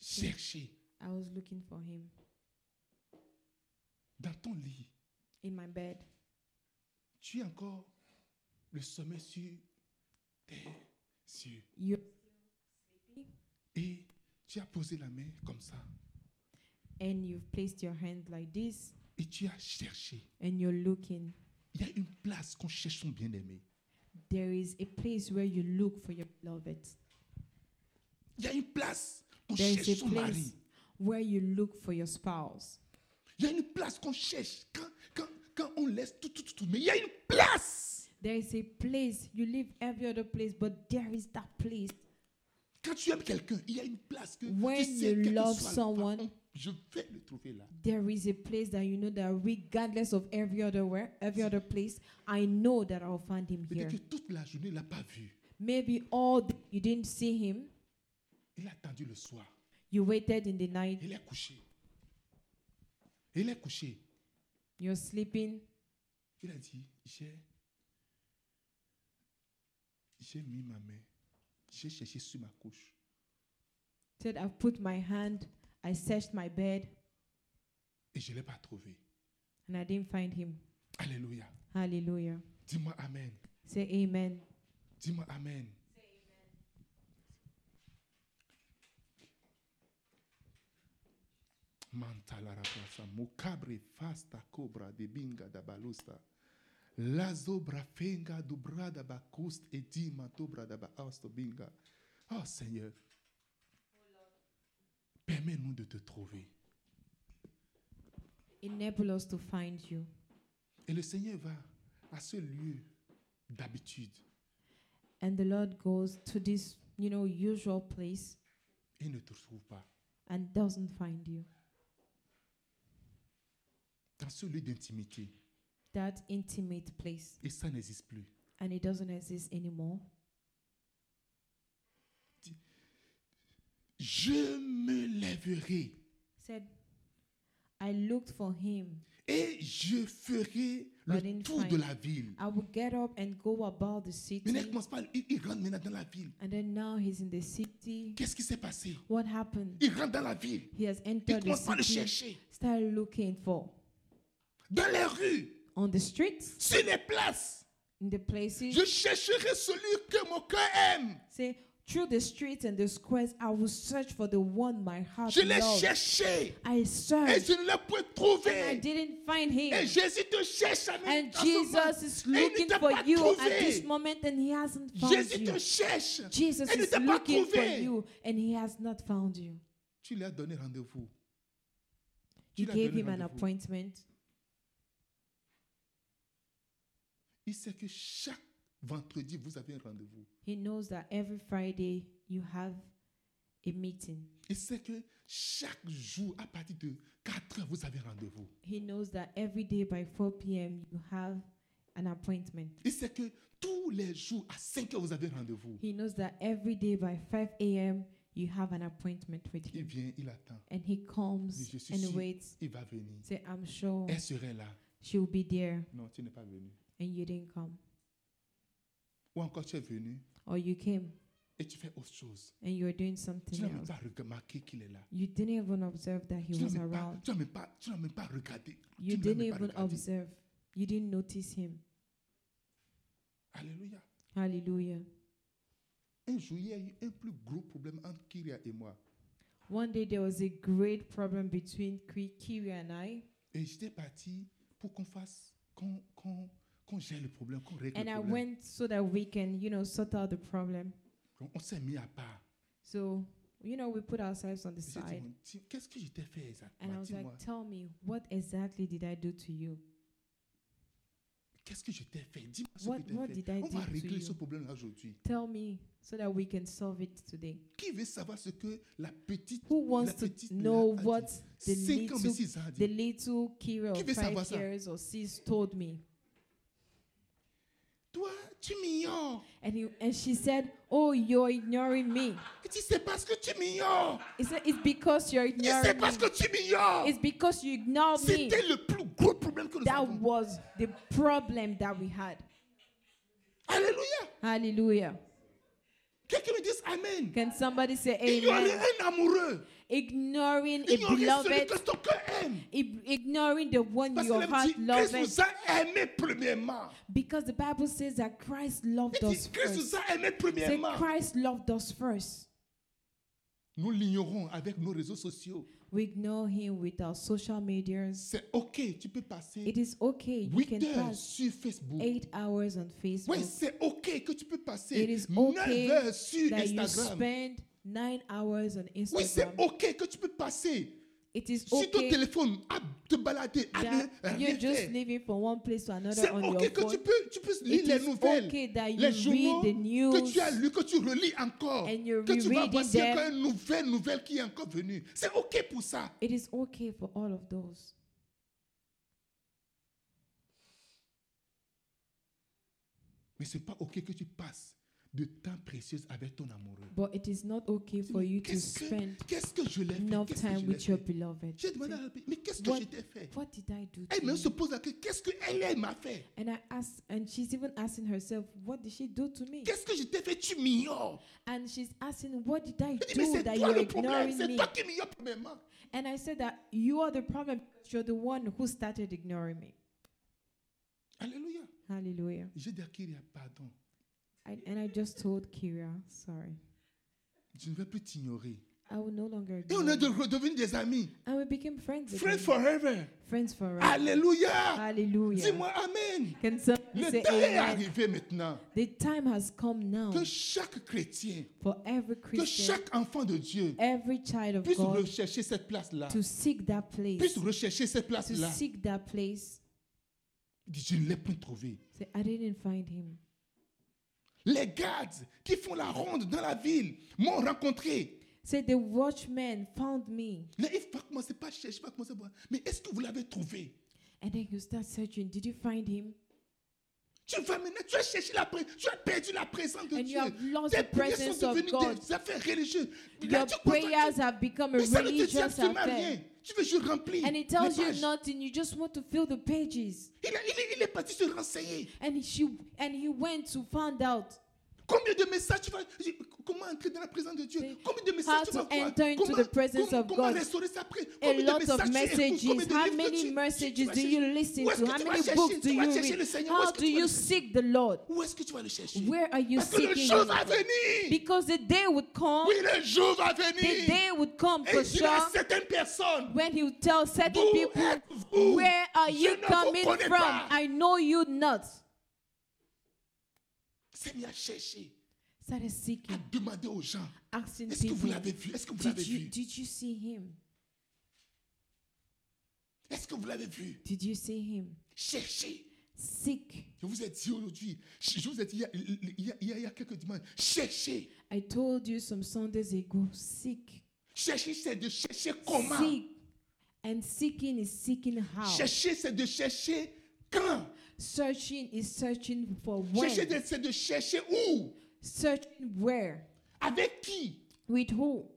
S1: cherché
S2: I was looking for him
S1: dans ton lit.
S2: in my bed.
S1: Tu es encore le sommet sur tes yeux.
S2: You
S1: Et tu as posé la main comme ça.
S2: and you've placed your hand like this
S1: Et tu as cherché.
S2: and you're looking.
S1: Il y a une place qu'on cherche son bien-aimé.
S2: There is a place where you look for your beloved.
S1: Il y a une place qu'on
S2: There
S1: cherche
S2: is a
S1: son
S2: place
S1: mari.
S2: where you look for your spouse.
S1: Il y a une place qu'on cherche quand, quand, quand on laisse tout, tout, tout, tout. Mais il y a une place.
S2: There is a place you leave every other place, but there is that place.
S1: Quand tu aimes quelqu'un, il y a une place que
S2: When
S1: tu sais,
S2: you
S1: quel que
S2: love
S1: soit le
S2: someone-
S1: temps, je vais le trouver là.
S2: There is a place that you know that regardless of every other where, every other place, I know that I'll find him here.
S1: Peut-être que toute la journée, il l'a pas vu.
S2: Maybe all th- you didn't see him.
S1: Il a attendu le soir.
S2: You waited in the night.
S1: Il est couché. Il est couché.
S2: You're sleeping.
S1: Il a dit, j'ai j'ai mis ma main, j'ai cherché sur ma couche.
S2: Said I've put my hand. I searched my bed
S1: et je ne l'ai pas trouvé.
S2: and I didn't find him.
S1: Alléluia.
S2: Hallelujah.
S1: Dis-moi Amen.
S2: Say amen.
S1: Dis-moi Amen. Mantala rapasa, mukabre fasta cobra de binga da balusta. Lazo brafenga du brada bakust et dima tu brada ba austo binga. Oh Seigneur, permets-nous de te trouver.
S2: Enable us to find you.
S1: Et le Seigneur va à ce lieu d'habitude
S2: And the Lord goes to this, you know, usual place
S1: et ne te trouve pas.
S2: and doesn't find you.
S1: dans ce lieu d'intimité.
S2: That intimate place.
S1: Et ça n'existe plus.
S2: And it doesn't exist anymore.
S1: Je me lèverai
S2: Said I looked for him.
S1: et je ferai
S2: But in
S1: le tour de
S2: fine.
S1: la ville.
S2: I would get up and go about the
S1: Mais là, il
S2: city.
S1: commence pas, il, il rentre maintenant dans la ville.
S2: And then now he's in the city.
S1: Qu'est-ce qui s'est passé
S2: What happened?
S1: Il rentre dans la ville.
S2: He has
S1: Il
S2: entered the
S1: commence pas à le
S2: city.
S1: chercher.
S2: Start looking for
S1: Dans les rues,
S2: on the streets,
S1: sur les places.
S2: in the places.
S1: Je chercherai celui que mon cœur aime.
S2: Say through the streets and the squares, I will search for the one my heart
S1: Je l'ai
S2: loves.
S1: cherché
S2: I
S1: et
S2: searched
S1: je ne l'ai pas
S2: and I
S1: trouvé.
S2: didn't find
S1: Et
S2: him.
S1: Jésus te cherche à
S2: Ah, And
S1: à ce moment.
S2: Jesus is
S1: Et il ne
S2: looking
S1: t'a
S2: for
S1: pas
S2: you at
S1: trouvé.
S2: this moment, and he hasn't found
S1: Jésus
S2: you.
S1: te cherche.
S2: Jesus
S1: et ne
S2: is
S1: t'a pas
S2: looking for
S1: trouvé.
S2: you, and he has not found you.
S1: Tu lui as donné rendez-vous. Tu
S2: You
S1: lui as
S2: gave
S1: donné
S2: him an
S1: rendez-vous.
S2: appointment.
S1: Il sait que chaque vendredi, vous avez un rendez-vous.
S2: He knows that every Friday you have a meeting.
S1: Il sait que chaque jour, à partir de 4 heures, vous avez un rendez-vous.
S2: He knows that every day by 4 p.m. you have an appointment.
S1: Il sait que tous les jours, à 5 heures, vous avez rendez-vous.
S2: He knows that every day by 5 a.m. you have an appointment with
S1: Il
S2: him.
S1: vient, il attend.
S2: And he comes
S1: Je suis
S2: and
S1: sûr.
S2: waits.
S1: Il va venir.
S2: Say, I'm sure
S1: Elle serait là.
S2: she'll be there.
S1: Non, tu n'es pas venu.
S2: And you didn't come.
S1: Ou encore, tu es venu
S2: Or you came
S1: et tu fais autre chose.
S2: and you were doing
S1: Tu
S2: something
S1: n'as même
S2: else.
S1: pas remarqué qu'il est là.
S2: You didn't even observe that he
S1: Tu n'as
S2: was
S1: même pas-
S2: around.
S1: tu n'as même pas- tu n'as même pas regardé.
S2: You
S1: tu n'as
S2: didn't
S1: même pas
S2: even
S1: regardé.
S2: observe. You didn't notice him.
S1: Alléluia.
S2: Hallelujah.
S1: Un jour, il y a eu un plus gros problème entre Kyria et moi.
S2: One day there was a great problem between Ki- Kira and I,
S1: Et j'étais parti pour qu'on fasse, qu'on qu'on- qu'on gère le problème, qu'on règle
S2: and
S1: le
S2: I
S1: problème.
S2: went so that we can, you know, sort out the problem.
S1: Donc, on s'est mis à part.
S2: So, you know, we put ourselves on the
S1: Et J'ai dit,
S2: side,
S1: mon Dieu, qu'est-ce que je t'ai fait
S2: and I
S1: exactement
S2: was
S1: Dis-moi,
S2: like, "Tell me, what exactly did I do to you?
S1: qu'est-ce que je t'ai fait Dis-moi ce
S2: What
S1: que
S2: what
S1: je t'ai
S2: did
S1: fait.
S2: I
S1: On va
S2: do to
S1: régler ce
S2: you?
S1: problème-là aujourd'hui.
S2: Tell me, so that we can solve it today."
S1: Qui veut savoir ce que la petite,
S2: Who wants
S1: la
S2: to
S1: petite là
S2: know
S1: a dit?
S2: what the
S1: Cinq ans, mais
S2: little-
S1: six ans, a dit.
S2: the little Kira
S1: Qui veut
S2: of
S1: savoir
S2: five
S1: ça?
S2: years or six told me?
S1: Toi, tu m'ignores.
S2: And he, and she said, "Oh, you're ignoring me."
S1: Et tu sais parce que tu m'ignores.
S2: He said, "It's because you're
S1: Tu sais
S2: ignoring me.
S1: parce que tu m'ignores.
S2: It's because you ignore me."
S1: C'était le plus gros problème que nous
S2: That
S1: avons.
S2: was the problem that we had.
S1: Alléluia.
S2: Hallelujah.
S1: Quelqu'un me dise Amen.
S2: Can somebody say
S1: Ignorer
S2: amen?
S1: un amoureux.
S2: Ignoring a
S1: Ignorer celui
S2: beloved,
S1: que ton cœur aime.
S2: ig- ignoring the one
S1: Parce que
S2: your
S1: la
S2: heart
S1: Bible dit, Christ
S2: loves,
S1: nous a aimés premièrement.
S2: because the Bible says that Christ
S1: Il
S2: loved us
S1: dit, Christ
S2: first.
S1: nous a aimés
S2: Say
S1: premièrement.
S2: Christ loved us first.
S1: Nous l'ignorons avec nos réseaux sociaux.
S2: We ignore him with our social medias.
S1: C'est OK, tu peux passer
S2: It is okay. You
S1: 8
S2: can
S1: heures
S2: pass
S1: sur Facebook.
S2: eight hours on
S1: Oui,
S2: Facebook.
S1: c'est OK que tu peux passer
S2: It is
S1: 9
S2: okay
S1: heures sur
S2: That you
S1: Instagram.
S2: spend nine hours on
S1: Oui, c'est
S2: Instagram.
S1: OK que tu peux passer
S2: It is
S1: sur ton
S2: okay
S1: téléphone à te balader, à
S2: that
S1: ne rien
S2: you're just
S1: faire.
S2: living from one place to
S1: C'est
S2: another on your
S1: OK que
S2: phone.
S1: tu peux, tu peux lire
S2: It
S1: les
S2: is
S1: nouvelles,
S2: okay that you
S1: les journaux
S2: read the
S1: que tu as
S2: news
S1: lu, que tu relis encore,
S2: and you're
S1: que tu vas voir
S2: rereading
S1: s'il y a
S2: them.
S1: encore une nouvelle nouvelle qui est encore venue. C'est OK pour ça.
S2: It is okay for all of those.
S1: Mais c'est pas OK que tu passes de temps précieux avec ton amoureux.
S2: But it is not okay for you to
S1: Qu'est-ce
S2: spend
S1: que, qu'est-ce que je l'ai fait
S2: enough
S1: Qu'est-ce que je
S2: time
S1: l'ai
S2: with your
S1: fait?
S2: beloved.
S1: J'ai demandé à la mais qu'est-ce que
S2: What-
S1: je t'ai fait
S2: What ddid I do to
S1: Elle-même se
S2: you?
S1: pose la question, qu'est-ce qu'elle, elle m'a fait
S2: And I asked, and she's even asking herself, what did she do to me?
S1: Qu'est-ce que je t'ai fait Tu m'ignores.
S2: And she's asking, what did I
S1: Je dis, mais
S2: do
S1: c'est
S2: that
S1: toi
S2: you're
S1: le problème,
S2: ignoring
S1: c'est
S2: me?
S1: toi qui m'ignores premièrement.
S2: And I said that you are the problem. You're the one who started ignoring me.
S1: Alléluia.
S2: Hallelujah.
S1: J'ai dit à Kyria, pardon,
S2: I, and I just told Kira, sorry.
S1: je ne vais plus t'ignorer.
S2: I will no longer
S1: Et on
S2: ignore
S1: est de-
S2: you.
S1: redevenus des amis.
S2: And we became friends again.
S1: Friends forever.
S2: Friends forever.
S1: Alléluia.
S2: Hallelujah.
S1: Dis-moi Amen.
S2: Can somebody
S1: Le
S2: say
S1: temps est
S2: amen?
S1: arrivé maintenant
S2: The time has come now
S1: que chaque chrétien,
S2: for every
S1: que
S2: Christian,
S1: chaque enfant de Dieu
S2: every child of
S1: puisse
S2: God
S1: rechercher cette place-là.
S2: to seek that place,
S1: Puisse rechercher cette
S2: to
S1: place-là.
S2: seek that place.
S1: Il dit, Je ne l'ai point trouvé.
S2: Say, I didn't find him.
S1: Les gardes qui font la ronde dans la ville m'ont rencontré.
S2: Say, the watchman found me.
S1: Mais il va commencer pas à chercher, pas commencer à voir. Mais est-ce que vous l'avez trouvé
S2: And then you start searching. Did you find him?
S1: Tu vas maintenant, tu as cherché la présence, tu as perdu la présence de
S2: And you
S1: Dieu.
S2: have lost
S1: Tes
S2: the
S1: prières
S2: presence
S1: sont
S2: of
S1: devenues
S2: God.
S1: des affaires religieuses. Là,
S2: Your
S1: tu crois-
S2: prayers have become a
S1: mais ça ne te dit
S2: religious
S1: absolument
S2: affair.
S1: rien. Tu veux juste remplir
S2: And it
S1: les
S2: tells you
S1: pages.
S2: nothing. You just want to fill the pages.
S1: Il, a- il est- il est parti se renseigner.
S2: And she and he went to find out
S1: Combien de messages tu vas... Comment entrer dans la présence de Dieu
S2: Say,
S1: Combien de messages
S2: how
S1: tu
S2: to
S1: vas voir
S2: enter into
S1: Comment,
S2: the presence
S1: comment-
S2: of
S1: comment
S2: God?
S1: restaurer ça après
S2: a
S1: Combien de
S2: lot of
S1: messages tu écoutes Combien
S2: messages.
S1: de
S2: How
S1: livres que tu-
S2: many
S1: tu-
S2: messages
S1: tu vas
S2: do you
S1: chercher
S2: listen
S1: Où est-ce
S2: to?
S1: que
S2: How
S1: tu vas
S2: many
S1: chercher
S2: books do
S1: Tu vas
S2: you
S1: chercher le
S2: read?
S1: Seigneur Où
S2: How
S1: est-ce que
S2: do
S1: tu vas
S2: you
S1: le-
S2: seek the Lord?
S1: Où est-ce que tu vas le chercher
S2: Where are you
S1: Parce que le
S2: seeking
S1: jour
S2: him?
S1: va venir.
S2: Because the day would come,
S1: Oui, le jour va
S2: the
S1: venir.
S2: day would come
S1: Et
S2: for
S1: il y
S2: sure
S1: a certaines personnes.
S2: when he would tell certain
S1: D'où
S2: people,
S1: êtes-vous?
S2: Where are
S1: Je
S2: you
S1: ne vous
S2: coming
S1: connais
S2: from?
S1: pas.
S2: I know you not.
S1: Seigneur, chercher,
S2: Started
S1: à
S2: seeking,
S1: demander aux gens.
S2: asking
S1: Est-ce que vous
S2: people,
S1: l'avez vu? Est-ce que vous l'avez
S2: Did you,
S1: vu?
S2: did you see him?
S1: Est-ce que vous l'avez vu?
S2: Did you see him?
S1: Cherchez.
S2: Seek.
S1: Je vous ai dit aujourd'hui, je je vous ai dit il y a, il y a- il y a- il y a quelques dimanches, cherchez.
S2: I told you some Sundays ago, seek.
S1: Chercher, c'est de chercher comment.
S2: Seek. And seeking is seeking how.
S1: Chercher, c'est de chercher quand.
S2: Searching is searching for
S1: Chercher,
S2: when.
S1: de- c'est de chercher où
S2: Searching where.
S1: Avec qui
S2: With who?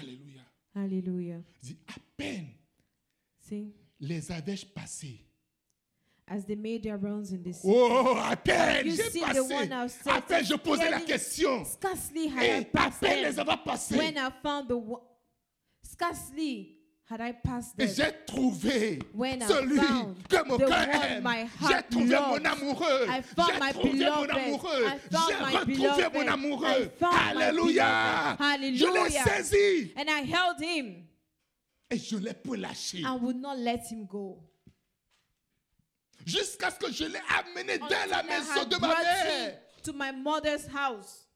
S1: Alléluia.
S2: Hallelujah.
S1: Dit, à peine
S2: See,
S1: les avais-je passés.
S2: as they made their rounds in the city,
S1: Oh, à peine
S2: You
S1: j'ai
S2: see the
S1: passé.
S2: one outside.
S1: À peine je posais la
S2: Really?
S1: question.
S2: scarcely had I
S1: Et à
S2: passed
S1: peine les
S2: them
S1: avoir passés.
S2: when I found the one. Scarcely had I passed
S1: Et
S2: them.
S1: j'ai trouvé
S2: When I
S1: celui
S2: found
S1: que mon
S2: the
S1: cœur
S2: one
S1: aime.
S2: my
S1: J'ai
S2: heart
S1: trouvé mon
S2: loves.
S1: amoureux.
S2: I found
S1: J'ai
S2: my
S1: trouvé
S2: beloved.
S1: mon amoureux.
S2: I
S1: J'ai
S2: found my
S1: retrouvé
S2: beloved.
S1: mon
S2: I
S1: amoureux.
S2: found my
S1: Alléluia.
S2: beloved.
S1: Je l'ai
S2: Hallelujah.
S1: saisi
S2: And I held him
S1: et je l'ai pas lâché
S2: and would not let him go.
S1: jusqu'à ce que je l'ai amené dans
S2: Until
S1: la
S2: I
S1: maison
S2: had
S1: de ma
S2: brought him
S1: mère,
S2: to my mother's house,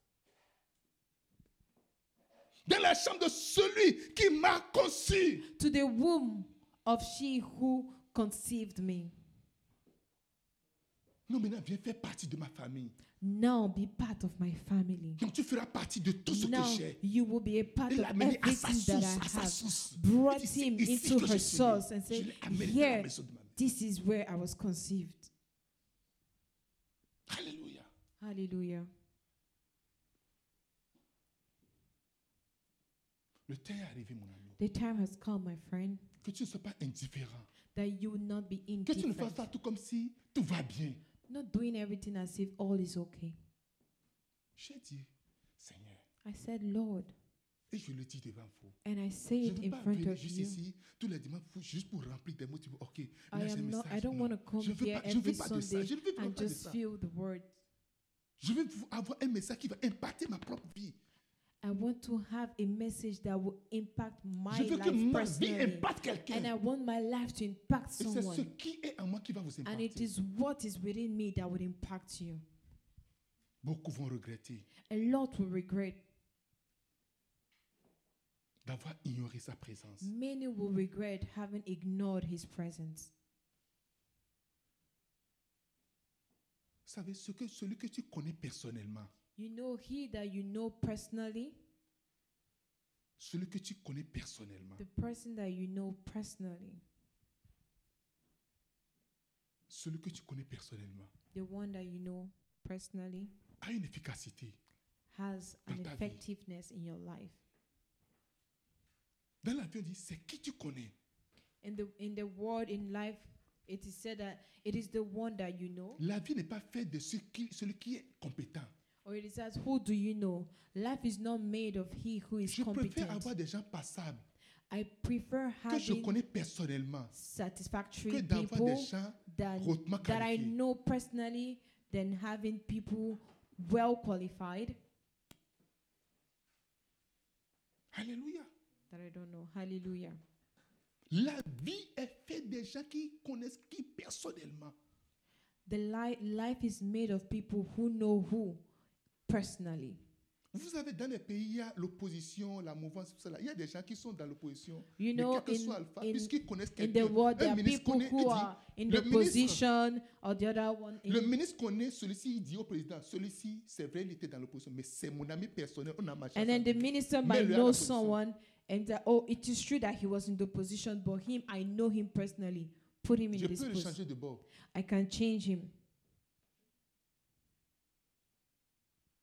S1: dans la chambre de celui qui m'a conçu.
S2: to the womb of she who conceived me.
S1: Non, maintenant, viens faire partie de ma famille.
S2: Now be part of my family.
S1: Donc, tu feras partie de tout ce
S2: Now
S1: que j'ai.
S2: you will be a part
S1: Il
S2: of
S1: l'a amené à sa
S2: everything that
S1: source, à
S2: I
S1: sa
S2: have.
S1: source.
S2: Brought
S1: Il dit,
S2: him
S1: C'est ici
S2: into
S1: que je
S2: her
S1: suis né.
S2: source and
S1: Je
S2: said,
S1: l'ai amené dans la
S2: Here,
S1: maison de ma mère.
S2: this is where I was conceived.
S1: Alléluia.
S2: Hallelujah.
S1: Le temps est arrivé, mon ami.
S2: The time has come, my friend,
S1: Que tu ne sois pas indifférent.
S2: that you will not be
S1: Que tu ne fasses
S2: indifferent.
S1: pas tout comme si tout va bien.
S2: Not doing everything as if all is okay.
S1: J'ai dit, Seigneur,
S2: I said, Lord,
S1: et je le dis devant vous.
S2: and I say
S1: Je
S2: it
S1: ne veux
S2: in
S1: pas
S2: front
S1: venir
S2: of
S1: juste
S2: you.
S1: ici tous les dimanches pour- juste pour remplir des mots. Tu veux, ok,
S2: I
S1: là, j'ai un
S2: am not. I
S1: message.
S2: don't
S1: Non.
S2: want to come
S1: je veux
S2: here
S1: pas, je veux
S2: every
S1: pas de ça.
S2: Sunday
S1: Je ne veux vraiment
S2: and
S1: pas de
S2: just
S1: ça.
S2: feel the word.
S1: Je veux vous- avoir un message qui va impacter ma propre vie.
S2: I want to have a message that will impact my
S1: je veux que
S2: life
S1: ma vie
S2: personally,
S1: impacte
S2: and I
S1: quelqu'un.
S2: want my life to impact
S1: Et c'est ce
S2: someone.
S1: qui est en moi qui va vous
S2: And it
S1: impacter.
S2: is what is within me that will impact you.
S1: Beaucoup vont regretter
S2: A lot will regret.
S1: d'avoir ignoré sa présence.
S2: Many will regret having ignored His presence.
S1: Vous savez, ce que, celui que tu connais personnellement,
S2: You know, He that you know personally,
S1: celui que tu connais personnellement,
S2: the person that you know personally,
S1: celui que tu connais personnellement,
S2: the one that you know personally,
S1: a une efficacité.
S2: has
S1: Dans
S2: an
S1: ta vie.
S2: effectiveness in your life.
S1: Dans la vie, on dit, c'est qui tu connais.
S2: In the in the word in life, it is said that it is the one that you know,
S1: La vie n'est pas faite de ce qui- celui qui est compétent.
S2: or it is as who do you know. Life is not made of he who is
S1: Je préfère
S2: competent.
S1: avoir des gens passables
S2: I prefer
S1: que je
S2: having
S1: connais personnellement que
S2: satisfactory
S1: d'avoir des
S2: people
S1: gens
S2: than
S1: hautement
S2: that I
S1: qualifiés.
S2: know personally than having people well qualified
S1: Alléluia.
S2: that I don't know. Hallelujah.
S1: La vie est faite des gens qui connaissent qui personnellement.
S2: The li- life is made of people who know who personally.
S1: Vous savez, dans les pays, il y a l'opposition, la mouvance, tout ça. là. Il y a des gens qui sont dans l'opposition.
S2: You
S1: mais
S2: know,
S1: quel que
S2: in,
S1: soit Alpha,
S2: in,
S1: puisqu'ils connaissent
S2: in
S1: quelqu'un,
S2: the world, there
S1: un
S2: are
S1: ministre
S2: people
S1: connaît, il
S2: who
S1: dit,
S2: are in
S1: le
S2: the
S1: ministre-
S2: position or the other one. in-
S1: le ministre connaît celui-ci, il dit au président, celui-ci, c'est vrai, il était dans l'opposition, mais c'est mon ami personnel, on a marché.
S2: and then the
S1: ensemble.
S2: minister
S1: Mais
S2: might
S1: lui a la
S2: know
S1: position.
S2: someone and that, oh, it is true that he was in the position, but him, I know him personally. Put him in
S1: Je
S2: this
S1: peux le
S2: position.
S1: changer de bord.
S2: I can change him.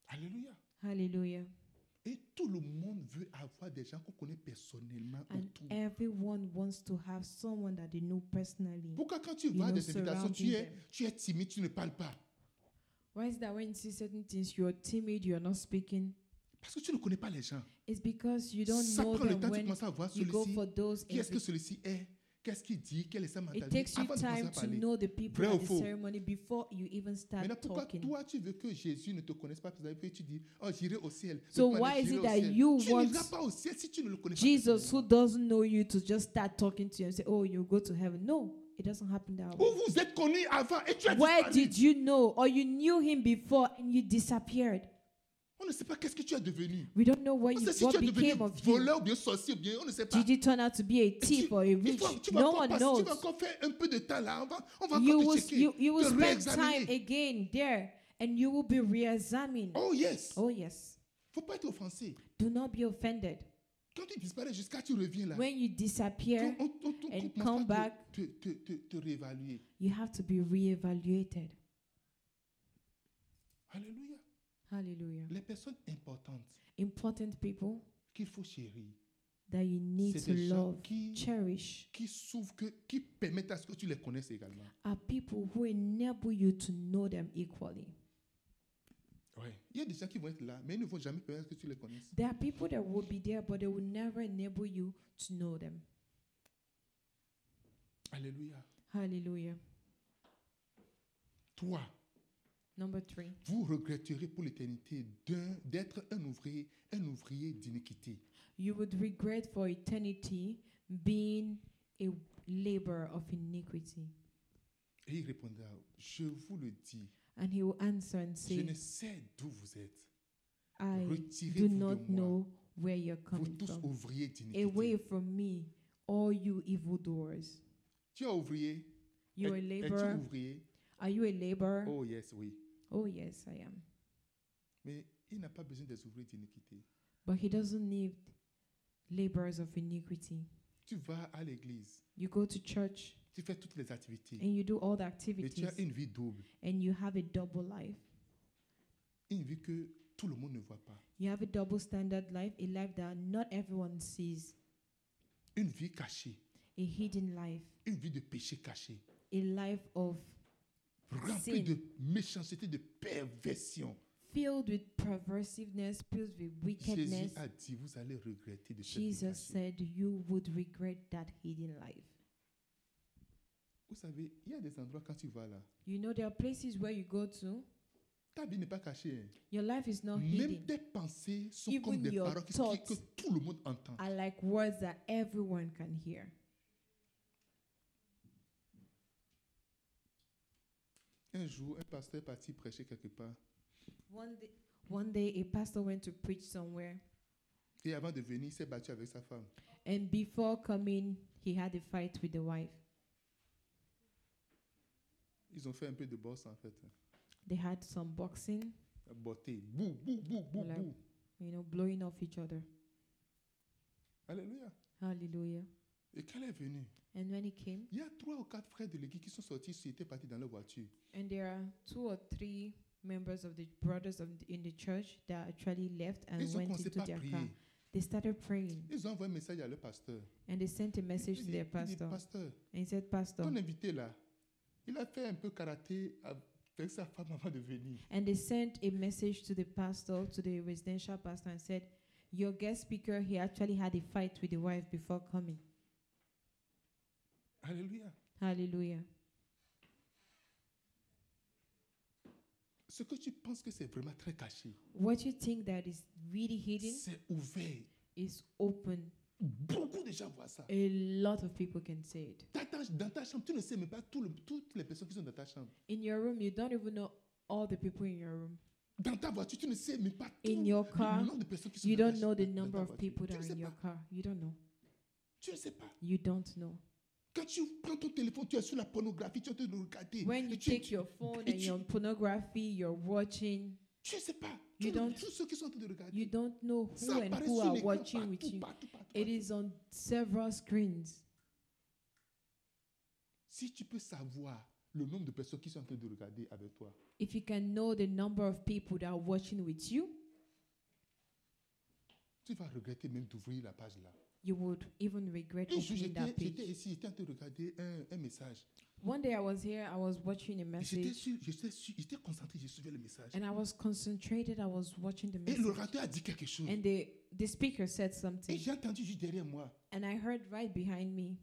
S1: Alléluia.
S2: Hallelujah.
S1: Et tout le monde veut avoir des gens qu'on connaît personnellement
S2: And
S1: autour.
S2: everyone wants to have someone that they know personally.
S1: Pourquoi quand tu
S2: You
S1: vas à
S2: know,
S1: des invitations, tu es,
S2: surrounding them.
S1: tu es timide, tu ne parles pas
S2: Why is that when you see certain things, you're timid, you're not speaking?
S1: Parce que tu ne connais pas les gens.
S2: It's because you don't
S1: Ça
S2: know
S1: prend le
S2: them
S1: temps, tu
S2: when
S1: commences à voir
S2: you go
S1: celui-ci.
S2: for those.
S1: Qui est-ce que
S2: invi-
S1: celui-ci est Qu'est-ce qu'il dit Quelle est sa
S2: It
S1: mentalité
S2: takes you
S1: Avant de commencer à
S2: time to
S1: parler.
S2: know the people
S1: Vrai ou
S2: at the
S1: faux?
S2: ceremony before you even start
S1: Maintenant, pourquoi
S2: talking.
S1: toi tu veux que Jésus ne te connaisse pas Parce que tu dis, oh, j'irai au ciel.
S2: So
S1: Le Père
S2: why
S1: dit,
S2: is it
S1: J'irai au
S2: that
S1: ciel.
S2: you
S1: Tu
S2: want
S1: n'iras pas au ciel si tu ne le connais
S2: Jesus,
S1: pas.
S2: who doesn't know you, to just start talking to you and say, "Oh, you go to heaven." No, it doesn't happen that
S1: Où
S2: way.
S1: vous êtes connus avant et tu as
S2: Where
S1: disparu.
S2: did you know, or you knew him before and you disappeared?
S1: On ne sait pas qu'est-ce que tu es devenu.
S2: We don't know what
S1: On
S2: you,
S1: sait si tu
S2: what
S1: es devenu
S2: became of you.
S1: voleur ou bien sorcier ou bien on ne sait pas.
S2: Did you turn out to be a
S1: Et
S2: thief
S1: tu-
S2: or a
S1: il
S2: rich?
S1: faut- tu vas
S2: No
S1: encore
S2: one
S1: passer- Tu
S2: knows.
S1: vas encore faire un peu de temps là. On va, on va
S2: You
S1: encore
S2: will,
S1: te checker.
S2: you, you will
S1: te
S2: spend
S1: réexaminer.
S2: time again there and you will be re-examined.
S1: Oh yes.
S2: Oh yes.
S1: Faut pas être offensé.
S2: Do not be offended.
S1: Quand tu disparais, jusqu'à tu reviens là.
S2: When you disappear,
S1: on, on- on- on
S2: and
S1: commence
S2: come
S1: par
S2: back.
S1: Te, te, te, te réévaluer.
S2: you have to be reevaluated.
S1: Alléluia.
S2: Hallelujah.
S1: Les personnes importantes
S2: Important people
S1: qu'il faut chérir,
S2: that you need
S1: c'est
S2: to
S1: des gens
S2: love,
S1: qui,
S2: cherish,
S1: qui s'ouvrent, que, qui permettent à ce que tu les connaisses également.
S2: are people who enable you to know them equally.
S1: Ouais. Il y a des gens qui vont être là, mais ils ne vont jamais permettre que tu les connaisses.
S2: There are people that will be there, but they will never enable you to know them.
S1: Alléluia.
S2: Hallelujah.
S1: Toi,
S2: Number three.
S1: vous regretterez pour l'éternité d'un- d'être un ouvrier, un ouvrier d'iniquité.
S2: You would regret for eternity being a laborer of iniquity.
S1: Et il répondra, je vous le dis,
S2: And he will answer and
S1: je
S2: say,
S1: ne sais d'où vous êtes.
S2: I do
S1: Retirez-vous
S2: not
S1: de moi,
S2: know where you're
S1: vous
S2: coming
S1: tous
S2: from.
S1: ouvriers d'iniquité.
S2: Away from me, all you evildoers.
S1: Tu es ouvrier
S2: You're a
S1: Es- es-tu
S2: laborer.
S1: ouvrier
S2: Are you a laborer?
S1: Oh yes, oui.
S2: Oh, yes, I am.
S1: Mais il n'a pas besoin des ouvriers d'iniquité.
S2: But he doesn't need laborers of iniquity.
S1: Tu vas à l'église,
S2: You go to church
S1: tu fais toutes les activités,
S2: and you do all the
S1: mais tu
S2: activities
S1: as une vie double,
S2: and you have a double life.
S1: une vie que tout le monde ne voit pas,
S2: You have a double standard life, a life that not everyone sees,
S1: une vie cachée,
S2: a hidden life,
S1: une vie de péché caché,
S2: a life of
S1: remplie
S2: Sin.
S1: de méchanceté, de perversion.
S2: filled with perversiveness, filled with
S1: Jésus
S2: wickedness.
S1: a dit, vous allez regretter de cette vie
S2: Jesus
S1: cachée.
S2: said you would regret that hidden life.
S1: Vous savez, il y a des endroits quand tu vas là,
S2: You know, there are places where you go to,
S1: ta vie n'est pas cachée. hein.
S2: your life is not
S1: Même
S2: hidden.
S1: tes pensées sont
S2: Even
S1: comme des
S2: your
S1: paroles qui-
S2: thoughts.
S1: que tout le monde entend.
S2: are like words that everyone can hear.
S1: Un jour, un pasteur est parti prêcher quelque part.
S2: One day, one day, a pastor went to preach somewhere,
S1: Et avant de venir, il s'est battu avec sa femme.
S2: and before coming, he had a fight with the wife.
S1: Ils ont fait un peu de boss en fait. hein.
S2: They had some boxing,
S1: Botté. Bou, bou, bou, bou,
S2: Voilà.
S1: bou.
S2: you know, blowing off each other.
S1: Alléluia.
S2: Hallelujah.
S1: Et quand elle est venue,
S2: And when he came,
S1: il y a trois ou quatre frères de l'église qui sont sortis, ils étaient partis dans leur voiture.
S2: and there are two or three members of the brothers of the, in the church that actually left and
S1: Ils ont
S2: went
S1: commencé
S2: into
S1: par
S2: their
S1: prier.
S2: car. They started praying,
S1: Ils ont envoyé un message à leur pasteur.
S2: and they sent a
S1: Il
S2: message to
S1: dit-
S2: their
S1: il dit,
S2: pastor,
S1: pasteur,
S2: and he said, "Pastor."
S1: ton invité là, il a fait un peu karaté avec sa femme avant de venir.
S2: And they sent a message to the pastor, to the residential pastor, and said, Your guest speaker, he actually had a fight with the wife before coming.
S1: Alléluia.
S2: Hallelujah.
S1: Ce que tu penses que c'est vraiment très caché,
S2: What you think that is really hidden
S1: c'est ouvert.
S2: is open.
S1: Beaucoup de gens voient ça.
S2: A lot of people can say it.
S1: Ta- ta- Dans ta chambre, tu ne sais même pas tout le- toutes les personnes qui sont dans ta chambre.
S2: In your room, you don't even know all the people in your room.
S1: Dans ta voiture, tu ne sais même pas tout
S2: In your car,
S1: le nombre de personnes qui sont
S2: you
S1: dans ta
S2: don't know the
S1: ch- dans
S2: number
S1: ta
S2: of
S1: voiture.
S2: people
S1: Tu ne
S2: that are
S1: sais
S2: in your
S1: pas.
S2: car. You don't know.
S1: Tu ne sais pas.
S2: You don't know.
S1: Quand tu prends ton téléphone, tu es sur la pornographie, tu es en train de regarder.
S2: When you
S1: Et tu,
S2: take your phone
S1: et
S2: and you're on pornography, you're watching,
S1: tu ne sais pas. Tu
S2: You
S1: ne-
S2: don't-
S1: tous ceux qui sont en train de regarder.
S2: you don't know
S1: ça
S2: who and
S1: apparaît
S2: who
S1: sur
S2: are
S1: l'écran
S2: watching with
S1: partout,
S2: you.
S1: partout, partout,
S2: It
S1: partout.
S2: is on several screens.
S1: Si tu peux savoir le nombre de personnes qui sont en train de regarder avec toi,
S2: If you can know the number of people that are watching with you,
S1: tu vas regretter même d'ouvrir la page là.
S2: you would even regret
S1: Un jour,
S2: opening
S1: j'étais
S2: that
S1: j'étais
S2: page.
S1: ici, j'étais en train de regarder un, un message.
S2: One day I was here, I was watching a
S1: Et J'étais
S2: message,
S1: sûr- j'étais sûr- j'étais concentré, je suivais le message.
S2: and I was concentrated, I was watching the
S1: Et
S2: message.
S1: l'orateur a dit quelque chose.
S2: And the, the speaker said
S1: Et
S2: something,
S1: j'ai entendu juste derrière moi.
S2: and I heard right behind me.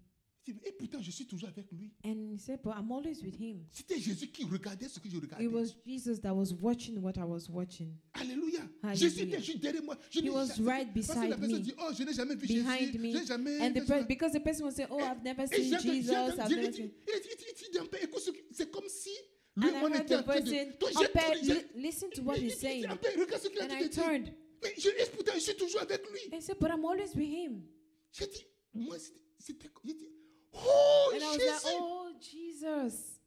S1: Je dis, Et pourtant, je suis toujours avec lui.
S2: And he said, But I'm always with him.
S1: C'était Jésus qui regardait ce que je regardais.
S2: It was Jesus that was watching what I was watching.
S1: Alléluia.
S2: Alléluia.
S1: Jésus était juste derrière moi. Je
S2: He
S1: n'ai
S2: was
S1: jamais-
S2: right
S1: Parce que la
S2: beside
S1: personne
S2: me.
S1: dit, oh, je n'ai jamais vu
S2: Behind
S1: Jésus.
S2: me.
S1: Je n'ai jamais...
S2: And the
S1: je n'ai
S2: per-
S1: jamais-
S2: because the person would say, Oh, I've never
S1: Et
S2: seen
S1: j'entends-
S2: Jesus,
S1: j'entends-
S2: I've
S1: Dieu lui
S2: never
S1: dit-
S2: seen.
S1: il dit- il dit- il dit un peu, écoute, ce que- c'est comme si lui,
S2: And I
S1: on
S2: heard
S1: était
S2: the
S1: en train
S2: person,
S1: de... Toi, j'ai
S2: "Ope,
S1: entendu-
S2: li- listen to what
S1: Il
S2: he's
S1: dit- il dit
S2: saying.
S1: un peu, regarde ce qu'il a
S2: And
S1: dit.
S2: I turned
S1: Mais je, et pourtant, je suis toujours avec lui.
S2: and said, But I'm always with him.
S1: J'ai dit, moi, c'était- c'était... J'ai dit, oh,
S2: And I was
S1: Jésus,
S2: like, Oh, Jesus.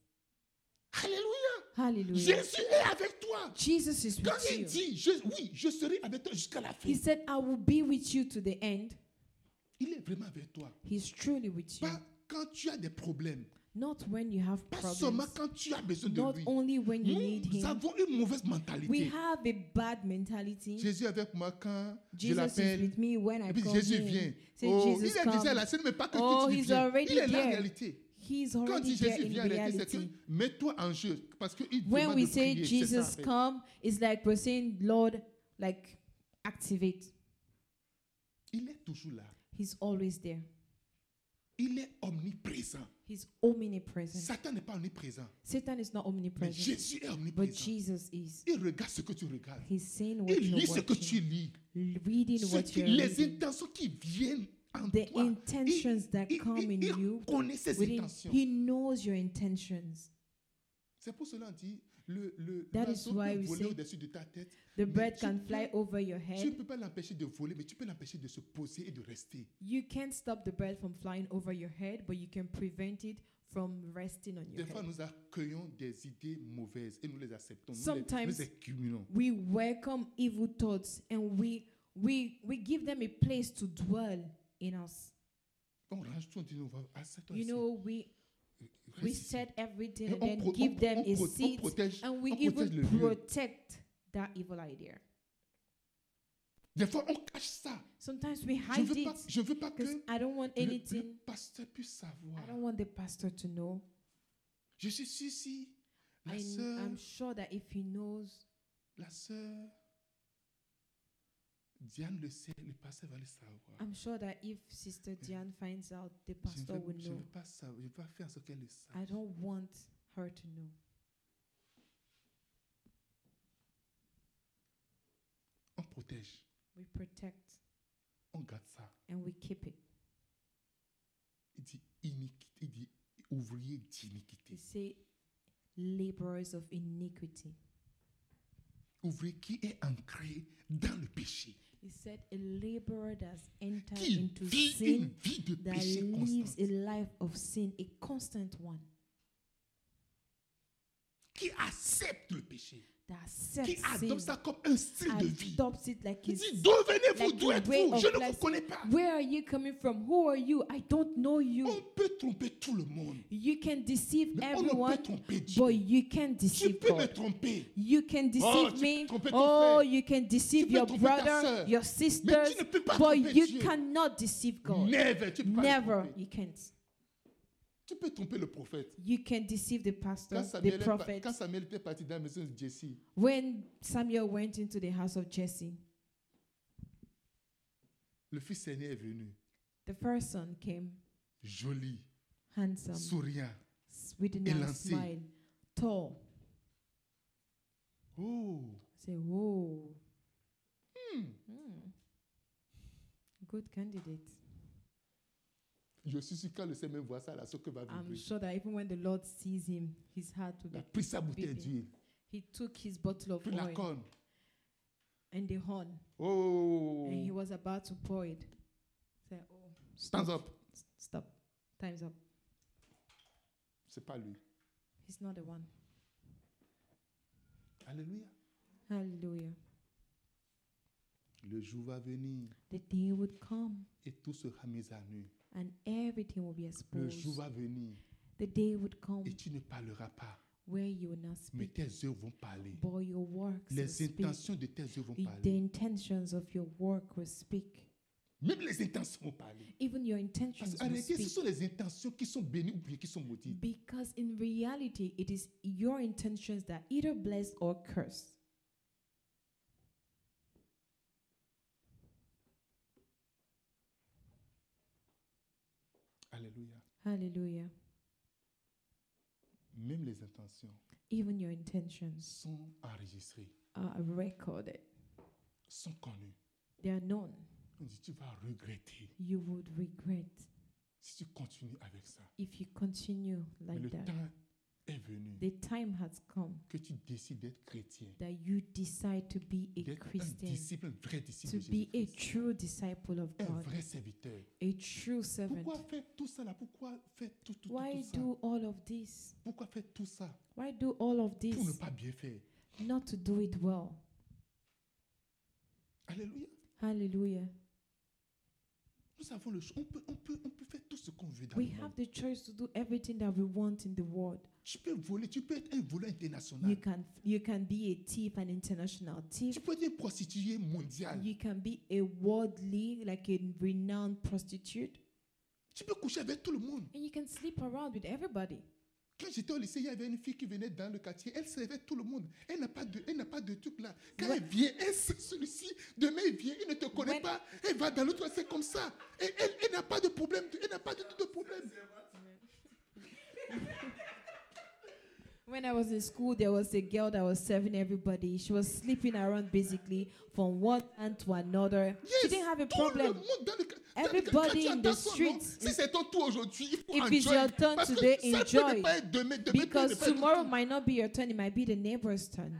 S1: alléluia.
S2: Hallelujah.
S1: Jésus est avec toi.
S2: Jesus is
S1: Quand
S2: with
S1: il
S2: you.
S1: dit, je- oui, je serai avec toi jusqu'à la fin.
S2: He said, I will be with you to the end.
S1: Il est vraiment avec toi.
S2: He's truly with you.
S1: Pas quand tu as des problèmes.
S2: Not when you have
S1: Pas seulement
S2: problems.
S1: quand tu as besoin de
S2: Not
S1: lui.
S2: only when you need
S1: Nous
S2: him.
S1: avons une mauvaise
S2: We
S1: mentalité.
S2: have a bad mentality.
S1: Jésus est avec moi quand je
S2: Jesus is
S1: l'appelle.
S2: with me when I
S1: Et puis
S2: call
S1: Jésus
S2: him.
S1: vient.
S2: Say
S1: Oh, il
S2: Jesus
S1: est déjà
S2: come.
S1: là, ce n'est pas que
S2: Oh,
S1: tout
S2: he's already
S1: Il est là en
S2: there.
S1: réalité.
S2: He's
S1: Quand
S2: already
S1: dit
S2: there
S1: Jésus
S2: in
S1: vient en réalité, c'est
S2: reality.
S1: que mets-toi en jeu. Parce qu'il
S2: When
S1: demande
S2: we
S1: de
S2: say
S1: prier. c'est ça, en
S2: Jesus
S1: fait.
S2: come, it's like we're saying, Lord, like activate.
S1: Il est toujours là.
S2: He's always there.
S1: Il est omniprésent.
S2: He's omnipresent.
S1: Satan n'est pas omniprésent.
S2: Satan is not
S1: Mais
S2: omnipresent,
S1: Jésus est
S2: but
S1: omniprésent.
S2: Jesus is.
S1: Il regarde ce que tu regardes.
S2: He's seeing what
S1: Il
S2: you're
S1: lit ce que tu
S2: watching,
S1: lis.
S2: reading
S1: Ce
S2: what
S1: qui-
S2: you're
S1: les
S2: reading.
S1: intentions qui viennent en
S2: The
S1: toi.
S2: intentions that
S1: Il,
S2: come in
S1: il- il
S2: you,
S1: connaît ses
S2: within-
S1: intentions.
S2: he knows your intentions.
S1: C'est pour cela qu'on dit le, le
S2: That
S1: l'oiseau
S2: is why
S1: peut
S2: we
S1: voler
S2: say
S1: au-dessus de ta tête.
S2: The
S1: Mais
S2: bird
S1: tu
S2: can
S1: peux-
S2: fly over your
S1: Tu ne
S2: head.
S1: peux pas l'empêcher de voler, mais tu peux l'empêcher de se poser et de rester.
S2: You can't stop the bird from flying over your head, but you can prevent it from resting on your
S1: Des fois,
S2: head.
S1: nous accueillons des idées mauvaises et nous les acceptons. Nous les,
S2: Sometimes-
S1: nous les accumulons.
S2: We welcome evil thoughts and we we we give them a place to dwell in us.
S1: On range tout, on dit, non, va- ah, assieds-toi
S2: You
S1: ici.
S2: know, we
S1: Reste
S2: we
S1: ici.
S2: set
S1: Et
S2: everything and
S1: on
S2: then
S1: pro- on
S2: give
S1: pro-
S2: them
S1: on
S2: a
S1: pro- on
S2: seat
S1: protège-
S2: and we
S1: on protège le
S2: even
S1: lieu.
S2: protect that evil idea.
S1: Des fois, on cache ça.
S2: Sometimes we
S1: Je ne
S2: hide
S1: veux
S2: it
S1: pas, je veux pas que
S2: because
S1: le,
S2: I don't want
S1: le
S2: anything.
S1: pasteur puisse savoir.
S2: I don't want the pastor to know.
S1: Je suis sûr si la
S2: I,
S1: sœur,
S2: I'm sure that if he knows,
S1: la sœur Diane le sait, le pasteur va le savoir.
S2: I'm sure that if Sister Diane finds out, the
S1: Je
S2: pastor
S1: ne
S2: will
S1: veux, je ne
S2: know.
S1: veux pas savoir, je ne veux pas faire ce qu'elle le sache.
S2: I don't want her to know.
S1: On protège,
S2: We protect
S1: on garde ça.
S2: and we keep it.
S1: Il dit iniquité, il dit ouvrier d'iniquité.
S2: We say, laborers of iniquity.
S1: Ouvrier qui est ancré dans le péché,
S2: He said, a laborer that's entered
S1: qui
S2: into
S1: vit une
S2: sin,
S1: vie de
S2: that
S1: péché
S2: lives
S1: constant,
S2: a life of sin, a constant one,
S1: qui accepte le péché,
S2: that
S1: qui
S2: accepts sin,
S1: adopte ça comme un style de vie.
S2: adopts it like
S1: Il
S2: his.
S1: dit, d'où venez-vous,
S2: like
S1: d'où
S2: a way
S1: êtes-vous
S2: of
S1: Je ne vous
S2: life.
S1: connais pas.
S2: Where are you coming from? Who are you? I don't know
S1: On
S2: you.
S1: peut tromper tout le monde,
S2: You can deceive
S1: mais on ne
S2: everyone,
S1: peut tromper Dieu.
S2: but you can't
S1: Tu
S2: deceive
S1: peux me
S2: God.
S1: tromper,
S2: You
S1: Oh,
S2: can deceive
S1: tu
S2: me.
S1: peux tromper ton
S2: Oh,
S1: frère.
S2: you can
S1: Tu
S2: deceive
S1: peux
S2: your
S1: tromper ta
S2: brother,
S1: sœur.
S2: your
S1: mais
S2: sisters,
S1: tu ne peux pas
S2: but
S1: tromper
S2: you
S1: Dieu.
S2: cannot deceive God.
S1: Never, tu peux pas le
S2: Never.
S1: tromper.
S2: You can't.
S1: Tu peux tromper le prophète.
S2: You can deceive the pastor,
S1: Quand
S2: the
S1: Samuel, est pa-
S2: prophet.
S1: quand Samuel était parti dans la maison de Jesse,
S2: When Samuel went into the house of Jesse,
S1: le fils aîné est venu,
S2: the first son came,
S1: joli,
S2: handsome,
S1: souriant.
S2: s- with a nice
S1: élancé.
S2: smile, tall.
S1: Oh,
S2: Say, whoa.
S1: hmm,
S2: Hmm. Good candidate.
S1: je suis sûr quand le Seigneur voit ça, la soeur que va
S2: I'm
S1: vibrer.
S2: sure that even when the Lord sees him, his heart will
S1: Il
S2: be.
S1: a pris sa bouteille
S2: Bébé.
S1: d'huile,
S2: He took his bottle of
S1: puis la
S2: oil
S1: corne.
S2: and the horn,
S1: Oh,
S2: and he was about to pour it. Say, oh,
S1: stand up.
S2: s- stop. Time's up.
S1: C'est pas lui.
S2: He's not the one.
S1: Alléluia.
S2: Hallelujah.
S1: Le jour va venir
S2: The day would come
S1: et tout sera mis à nu.
S2: and everything will be
S1: Le jour
S2: exposed.
S1: va venir
S2: The day would come
S1: et tu ne parleras pas,
S2: where you will not
S1: mais
S2: speak,
S1: tes œuvres vont parler.
S2: but your works will
S1: Les
S2: speak.
S1: intentions de tes œuvres vont
S2: Y- The
S1: parler.
S2: intentions of your work will speak.
S1: Même les intentions vont parler.
S2: Even your
S1: Parce
S2: intentions
S1: qu'en
S2: will
S1: réalité, ce
S2: speak.
S1: sont les intentions qui sont bénies ou bien qui sont maudites.
S2: Because in reality, it is your intentions that either bless or curse.
S1: Alléluia.
S2: Hallelujah.
S1: Même les intentions
S2: Even your intentions
S1: sont enregistrées,
S2: are recorded,
S1: sont connues.
S2: they are known.
S1: On dit, tu vas regretter
S2: You would regret
S1: si tu continues avec ça.
S2: if you continue
S1: Mais le
S2: like that.
S1: temps est venu
S2: The time has come
S1: que tu décides d'être chrétien,
S2: that you decide to be a
S1: d'être un
S2: Christian,
S1: disciple, un vrai disciple
S2: to
S1: de
S2: be a
S1: Jésus-Christ,
S2: true disciple of
S1: un
S2: God,
S1: vrai serviteur.
S2: a true servant.
S1: Pourquoi faire tout ça là Pourquoi faire tout, tout, tout,
S2: Why
S1: tout ça
S2: do all of this?
S1: Pourquoi faire tout ça
S2: Why do all of
S1: pour ne
S2: this
S1: pas bien faire
S2: not to do it well?
S1: Alléluia.
S2: Hallelujah.
S1: Nous avons le choix. On peut, on peut, on peut faire tout ce qu'on veut dans
S2: We
S1: le monde.
S2: have the choice to do everything that we want in the world.
S1: Tu peux voler, tu peux être un voleur international.
S2: You can you can be a thief, an international thief.
S1: Tu peux être une prostituée mondiale.
S2: You can be a worldly, like a renowned prostitute,
S1: Tu peux coucher avec tout le monde.
S2: and you can sleep around with everybody.
S1: Quand j'étais au lycée, il y avait une fille qui venait dans le quartier. Elle servait tout le monde. Elle n'a pas de, elle n'a pas de truc là. Quand
S2: Ouais.
S1: elle vient, elle sait celui-ci. Demain, il vient, il ne te connaît
S2: Ouais.
S1: pas. Elle va dans l'autre, c'est comme ça. Et elle, elle n'a pas de problème. Elle n'a pas du tout de problème.
S2: When I was in school, there was a girl that was serving everybody. She was sleeping around basically from one hand to another. she
S1: Yes,
S2: didn't have a
S1: tout le
S2: problem.
S1: monde dans le ca- dans le
S2: Everybody
S1: ca- quand tu
S2: in
S1: entends
S2: the
S1: son nom,
S2: streets
S1: Si
S2: is-
S1: c'est ton tour aujourd'hui, il faut
S2: If it's
S1: enjoy.
S2: your turn
S1: Parce que
S2: today,
S1: ça peut ne
S2: enjoy.
S1: pas être demain. Demain, peut ne
S2: Because
S1: pas être
S2: tomorrow
S1: demain.
S2: might not be your turn, it might be the neighbor's turn.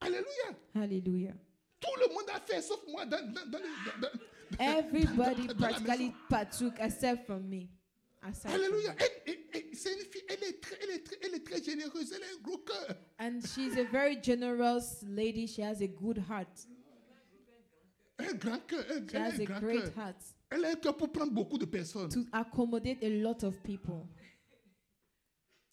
S1: Alléluia.
S2: Hallelujah.
S1: Tout le monde a fait, sauf moi, dans, dans, dans les- dans- dans-
S2: Everybody
S1: dans la maison.
S2: practically partook except from me. Aside from
S1: Alléluia.
S2: me.
S1: Elle, elle- elle- c'est une fille, elle est, très, elle, est très, elle est très généreuse, elle a un gros cœur.
S2: And she's a very generous lady. She has a good heart.
S1: Un grand cœur, un,
S2: She
S1: elle a
S2: has
S1: un
S2: a
S1: grand
S2: great
S1: cœur.
S2: heart
S1: Elle a un cœur pour prendre beaucoup de personnes.
S2: to accommodate a lot of people.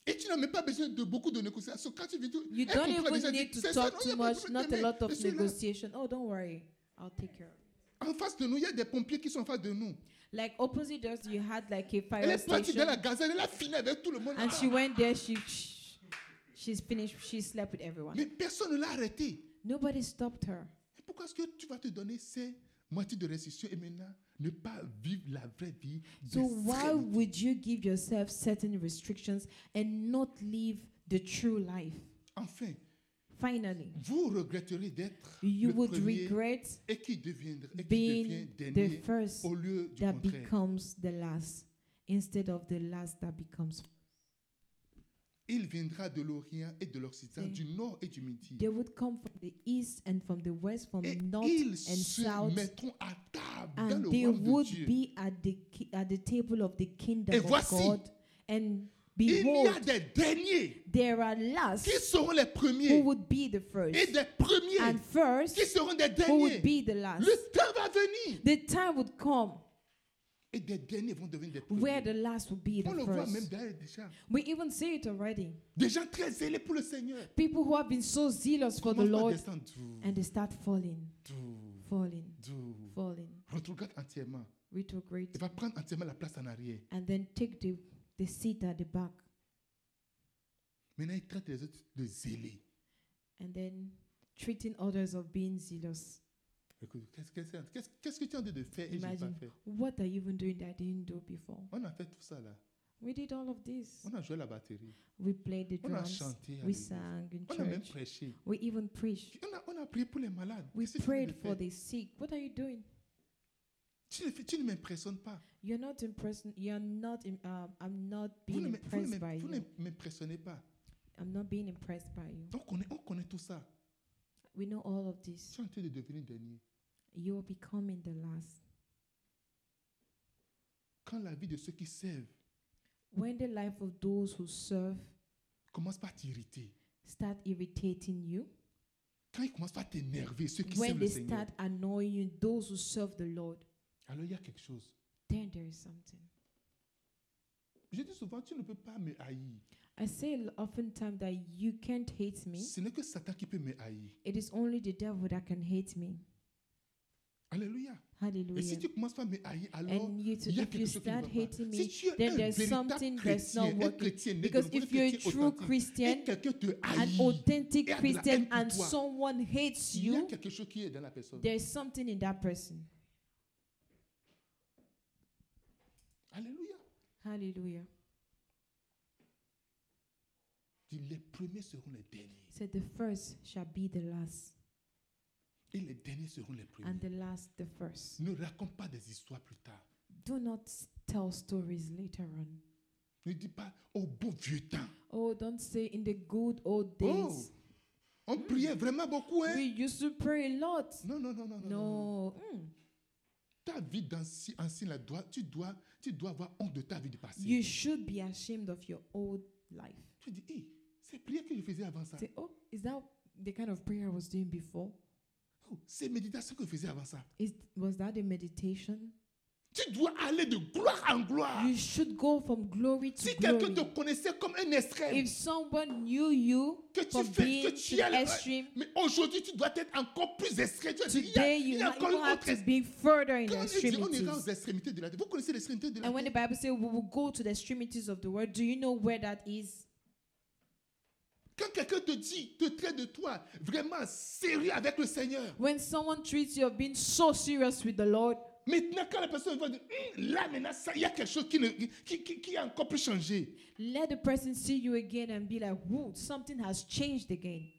S1: Et tu n'as même pas besoin de beaucoup de négociations. Quand tu vis tout,
S2: You
S1: elle
S2: don't
S1: comprend déjà,
S2: even need
S1: dit,
S2: to
S1: C'est ça, non,
S2: talk
S1: il y
S2: too
S1: a pas de
S2: much,
S1: problème,
S2: not a lot
S1: mais
S2: of
S1: celui-là,
S2: negotiation. Oh, don't worry. I'll take care of it.
S1: En face de nous, il y a des pompiers qui sont en face de nous.
S2: Like opposite us, you had like a
S1: Elle
S2: fire
S1: est partie dans
S2: station.
S1: la gazelle, elle a fini avec tout le monde. Ah,
S2: And she went there, she she's finished, she slept with everyone.
S1: Mais personne ne l'a arrêtée.
S2: Nobody stopped her.
S1: Et Pourquoi est-ce que tu vas te donner ces moitiés de restitution et maintenant ne pas vivre la vraie vie de
S2: So why
S1: Israël
S2: would you give yourself certain restrictions and not live the true life?
S1: Enfin,
S2: Finally,
S1: vous regretterez d'être
S2: you
S1: le
S2: would
S1: premier
S2: regret
S1: et qui deviendra et qui devient
S2: being the
S1: dernier
S2: first
S1: au lieu du
S2: that
S1: contraire.
S2: becomes the last instead of the last that becomes.
S1: Il viendra de l'Orient et de l'Occident,
S2: See.
S1: du Nord et du Midi.
S2: They would come from the east and from the west, from
S1: Et
S2: north
S1: ils
S2: and
S1: se
S2: south,
S1: mettront à table dans
S2: and
S1: le
S2: they
S1: royaume de
S2: would
S1: Dieu.
S2: be at the ki- at the table of the kingdom
S1: Et
S2: of
S1: voici,
S2: God. And
S1: Il y a
S2: behold,
S1: des derniers
S2: there are
S1: qui
S2: last
S1: seront les
S2: who
S1: premiers
S2: would be the first,
S1: et des premiers
S2: and first
S1: qui seront des
S2: who would
S1: derniers.
S2: be the last.
S1: Le temps va venir
S2: The time would come
S1: et des derniers vont devenir des
S2: where
S1: premiers.
S2: the last will be
S1: On le
S2: the
S1: voit même
S2: first.
S1: derrière déjà.
S2: We even see it already.
S1: Des gens très zélés pour le Seigneur.
S2: People who have been so zealous for the
S1: Commencent par
S2: Lord
S1: descendre. Dou,
S2: and they start falling,
S1: dou,
S2: falling,
S1: dou.
S2: falling,
S1: Retrograde entièrement.
S2: retrograde,
S1: Il va prendre entièrement la place en arrière.
S2: and then take the, the seat at the back.
S1: Maintenant, il traite les autres de zélés.
S2: And then treating others of being zealous.
S1: Écoute, Qu'est-ce que c'est- qu'est-ce- qu'est-ce que tu as envie de faire et je n'ai pas
S2: Imagine
S1: fait
S2: what are you even doing that I didn't do before?
S1: On a fait tout ça là.
S2: We did all of this.
S1: On a joué la batterie.
S2: We played the
S1: On a
S2: drums.
S1: chanté. à
S2: We
S1: l'église.
S2: sang in
S1: On a même
S2: church.
S1: prêché.
S2: We even preached.
S1: On a, on a prié pour les malades.
S2: We
S1: Qu'est-ce que tu viens de
S2: prayed for
S1: faire?
S2: the sick. What are you doing?
S1: Tu, ne fais- tu ne m'impressionnes pas.
S2: You're not impressed. You're not. Im- um, I'm not
S1: Vous
S2: being
S1: ne m'im- vous ne
S2: impressed by
S1: m'im- vous ne
S2: you.
S1: m'impressionnez pas.
S2: I'm not being impressed by you.
S1: On connaît, on connaît tout ça.
S2: We know all of this.
S1: Tu es en train de devenir dernier.
S2: You are becoming the last.
S1: Quand la vie de ceux qui servent
S2: When the life of those who serve
S1: commence par t'irriter,
S2: start irritating you,
S1: quand ils commencent par t'énerver, ceux qui
S2: when
S1: servent le
S2: they
S1: Seigneur,
S2: start annoying you, those who serve the Lord,
S1: alors il y a quelque chose.
S2: then there is something.
S1: Je dis souvent, tu ne peux pas me haïr.
S2: I say l- oftentimes that you can't hate me.
S1: Ce n'est que Satan qui peut me haïr.
S2: It is only the devil that can hate me.
S1: Alléluia. Et
S2: Hallelujah.
S1: si tu commences par me haïr, alors
S2: And
S1: il
S2: you,
S1: y
S2: too,
S1: a
S2: if
S1: quelque
S2: you
S1: chose qui ne va
S2: start
S1: pas.
S2: hating
S1: Si tu es
S2: me, then
S1: un
S2: there's something
S1: véritable
S2: that's not
S1: chrétien, un
S2: working.
S1: chrétien né de
S2: because
S1: nouveau, un
S2: if you're a
S1: chrétien
S2: true
S1: authentique, et
S2: Christian,
S1: quelqu'un te
S2: an
S1: haït, Et
S2: authentic
S1: à de la haine
S2: Christian
S1: pour
S2: and
S1: toi.
S2: someone hates
S1: il y a
S2: you,
S1: quelque chose qui est dans la personne.
S2: there's something in that person.
S1: Alléluia.
S2: Hallelujah.
S1: Dis, les premiers seront les derniers.
S2: Said the first shall be the last,
S1: Et les derniers seront les premiers.
S2: and the last the first.
S1: Ne raconte pas des histoires plus tard.
S2: Do not tell stories later on.
S1: Ne dis pas au beau vieux temps.
S2: Oh, don't say in the good old
S1: Oh,
S2: days.
S1: on priait vraiment beaucoup, hein?
S2: We used to pray a lot.
S1: Non, non, non, non, non. non.
S2: No. Mm.
S1: Ta vie d'ancien, ancien, là, doit- tu, dois, tu dois avoir honte de ta vie du passé.
S2: You should be ashamed of your old life.
S1: Tu dis, hé, ces prières que je faisais avant ça,
S2: Say, oh, is that the kind of prayer I was doing before?
S1: oh, ces méditations que je faisais avant ça,
S2: Is was that a meditation?
S1: Tu dois aller de gloire en gloire.
S2: You should go from glory Ah. to
S1: Si quelqu'un
S2: glory.
S1: te connaissait comme un extrême,
S2: If someone knew you
S1: que tu
S2: from
S1: fais, que
S2: being
S1: tu es
S2: to
S1: le-
S2: extreme,
S1: Mais aujourd'hui, tu dois être encore plus extrême. Tu as dit, il y a,
S2: today
S1: il
S2: you
S1: y a
S2: might
S1: encore une
S2: even have
S1: autre
S2: to
S1: extrême.
S2: be further in
S1: Quand on dit on ira aux
S2: extremities.
S1: extrémités de la terre, vous connaissez l'extrémité de la
S2: And when the
S1: terre
S2: Bible says we will go to the extremities of the world, do you know where that is?
S1: Quand quelqu'un te dit, te traite de toi vraiment sérieux avec le Seigneur,
S2: When someone treats you of being so serious with the Lord,
S1: maintenant quand la personne va dire, Hum, là maintenant, ça, il y a quelque chose qui, ne- qui, qui, qui a encore plus changé.
S2: let the person see you again and be like, whoa, something has changed again.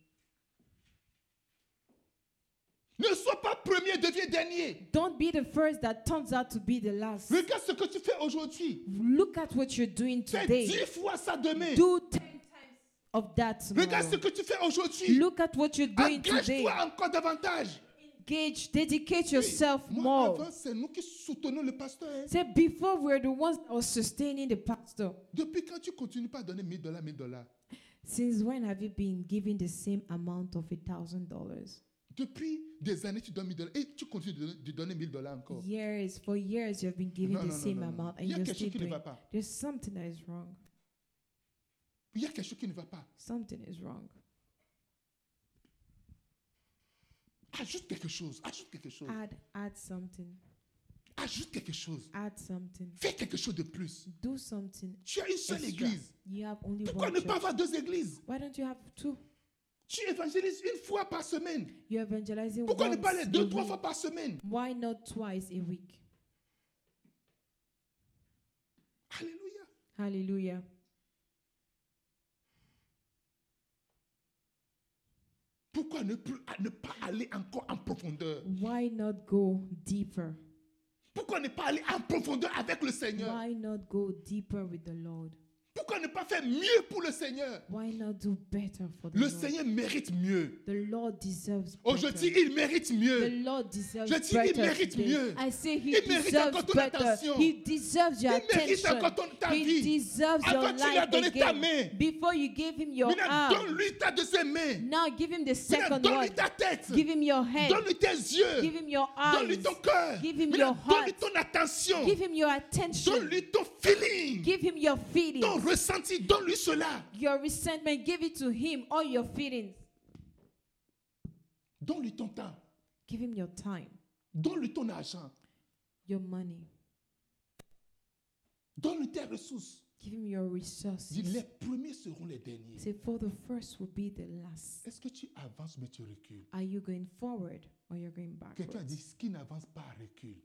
S1: Ne sois pas premier, deviens dernier.
S2: Don't be the first that turns out to be the last.
S1: Regarde ce que tu fais aujourd'hui.
S2: Look at what you're doing
S1: Fais
S2: today.
S1: dix fois ça demain.
S2: Do 10 times of that
S1: Regarde ce
S2: tomorrow.
S1: que tu fais aujourd'hui.
S2: Look at what you're doing today.
S1: Engage-toi encore davantage.
S2: Engage, dedicate yourself
S1: Moi,
S2: more.
S1: avant, c'est nous qui soutenons le pasteur. hein.
S2: Say, before we were the ones that was sustaining the pastor.
S1: Depuis quand tu continues pas à donner 1000 dollars, 1000 dollars
S2: Since when have you been giving the same amount of a thousand dollars?
S1: Depuis des années, tu donnes 1000 dollars et tu continues de, de donner 1000 dollars encore.
S2: Years, for years, you've been giving
S1: Non,
S2: the
S1: non, non,
S2: same
S1: non, non.
S2: amount,
S1: Il
S2: and
S1: y a
S2: you're
S1: quelque
S2: still
S1: chose qui ne
S2: doing.
S1: va pas.
S2: There's something that is wrong.
S1: Il y a quelque chose qui ne va pas.
S2: Something is wrong.
S1: Ajoute quelque chose. Ajoute quelque chose.
S2: Add, add something. Ah.
S1: Ajoute quelque chose.
S2: Add something.
S1: Fais quelque chose de plus.
S2: Do something.
S1: Tu as une seule
S2: extra.
S1: église.
S2: You have only
S1: Pourquoi
S2: one.
S1: ne pas
S2: church.
S1: avoir deux églises
S2: Why don't you have two?
S1: Tu évangélises une fois par semaine.
S2: You're evangelizing
S1: Pourquoi ne
S2: once
S1: pas les
S2: a
S1: deux, trois
S2: week.
S1: fois par semaine
S2: Why not twice a week?
S1: Alléluia.
S2: Hallelujah.
S1: Pourquoi ne, plus- à- ne pas aller encore en profondeur
S2: Why not go deeper?
S1: Pourquoi ne pas aller en profondeur avec le Seigneur
S2: Why not go deeper with the Lord?
S1: Pourquoi ne pas faire mieux pour le Seigneur
S2: Why not do better for the
S1: Le
S2: Lord?
S1: Seigneur Oh, mérite mieux.
S2: The Lord deserves
S1: Aujourd'hui,
S2: better.
S1: il mérite
S2: The
S1: mieux.
S2: Lord deserves
S1: Je dis, il
S2: better.
S1: mérite
S2: today.
S1: mieux.
S2: I say he
S1: Il mérite
S2: deserves
S1: encore ton
S2: better.
S1: attention.
S2: He deserves your
S1: Il mérite
S2: attention.
S1: encore ton- ta
S2: he
S1: vie.
S2: deserves your
S1: Avant, tu lui as
S2: life
S1: donné ta
S2: again.
S1: main.
S2: Before you give him your
S1: Maintenant,
S2: arm,
S1: donne-lui ta de ses mains.
S2: now give him
S1: Maintenant,
S2: the ah. second one.
S1: donne-lui ta tête.
S2: Give him your head.
S1: Donne-lui tes
S2: Give
S1: yeux.
S2: him your
S1: Donne-lui
S2: eyes.
S1: ton cœur.
S2: Give him
S1: Maintenant,
S2: your
S1: Donne-lui
S2: heart.
S1: ton attention.
S2: Give him your attention.
S1: Donne-lui ton feeling.
S2: Give him your
S1: Ton
S2: feelings.
S1: ressenti. Donne-lui cela.
S2: Your resentment, give it to him. All your feelings,
S1: Donne-lui ton temps.
S2: give him your time,
S1: Donne-lui ton argent.
S2: your money,
S1: Donne-lui tes ressources.
S2: give him your
S1: Dis,
S2: resources.
S1: les premiers seront les derniers.
S2: Say, for the first will be the last.
S1: Est-ce que tu avances mais tu recules
S2: Are you going forward or you're going
S1: Quelqu'un dit,
S2: backwards?
S1: ce qui n'avance pas recule.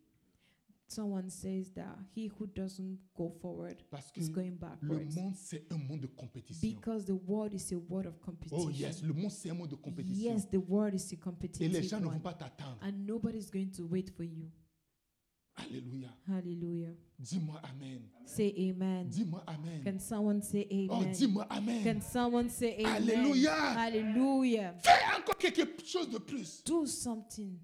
S2: Someone says that he who doesn't go forward
S1: Parce que
S2: is going
S1: Mm. le
S2: backwards
S1: monde, c'est un monde de compétition.
S2: because the world is a world of
S1: Oh yes,
S2: competition.
S1: le monde, c'est un monde de compétition.
S2: Yes, the world
S1: Et
S2: is a
S1: les gens
S2: competitive
S1: ne vont
S2: one,
S1: pas t'attendre.
S2: and nobody's going to wait for you.
S1: Alléluia.
S2: Hallelujah.
S1: Dis-moi Amen.
S2: Say amen.
S1: Dis-moi Amen.
S2: Can someone say
S1: Oh,
S2: amen?
S1: dis-moi
S2: Can
S1: Amen.
S2: someone say amen?
S1: Alléluia.
S2: Hallelujah.
S1: Fais encore quelque chose de plus.
S2: Do something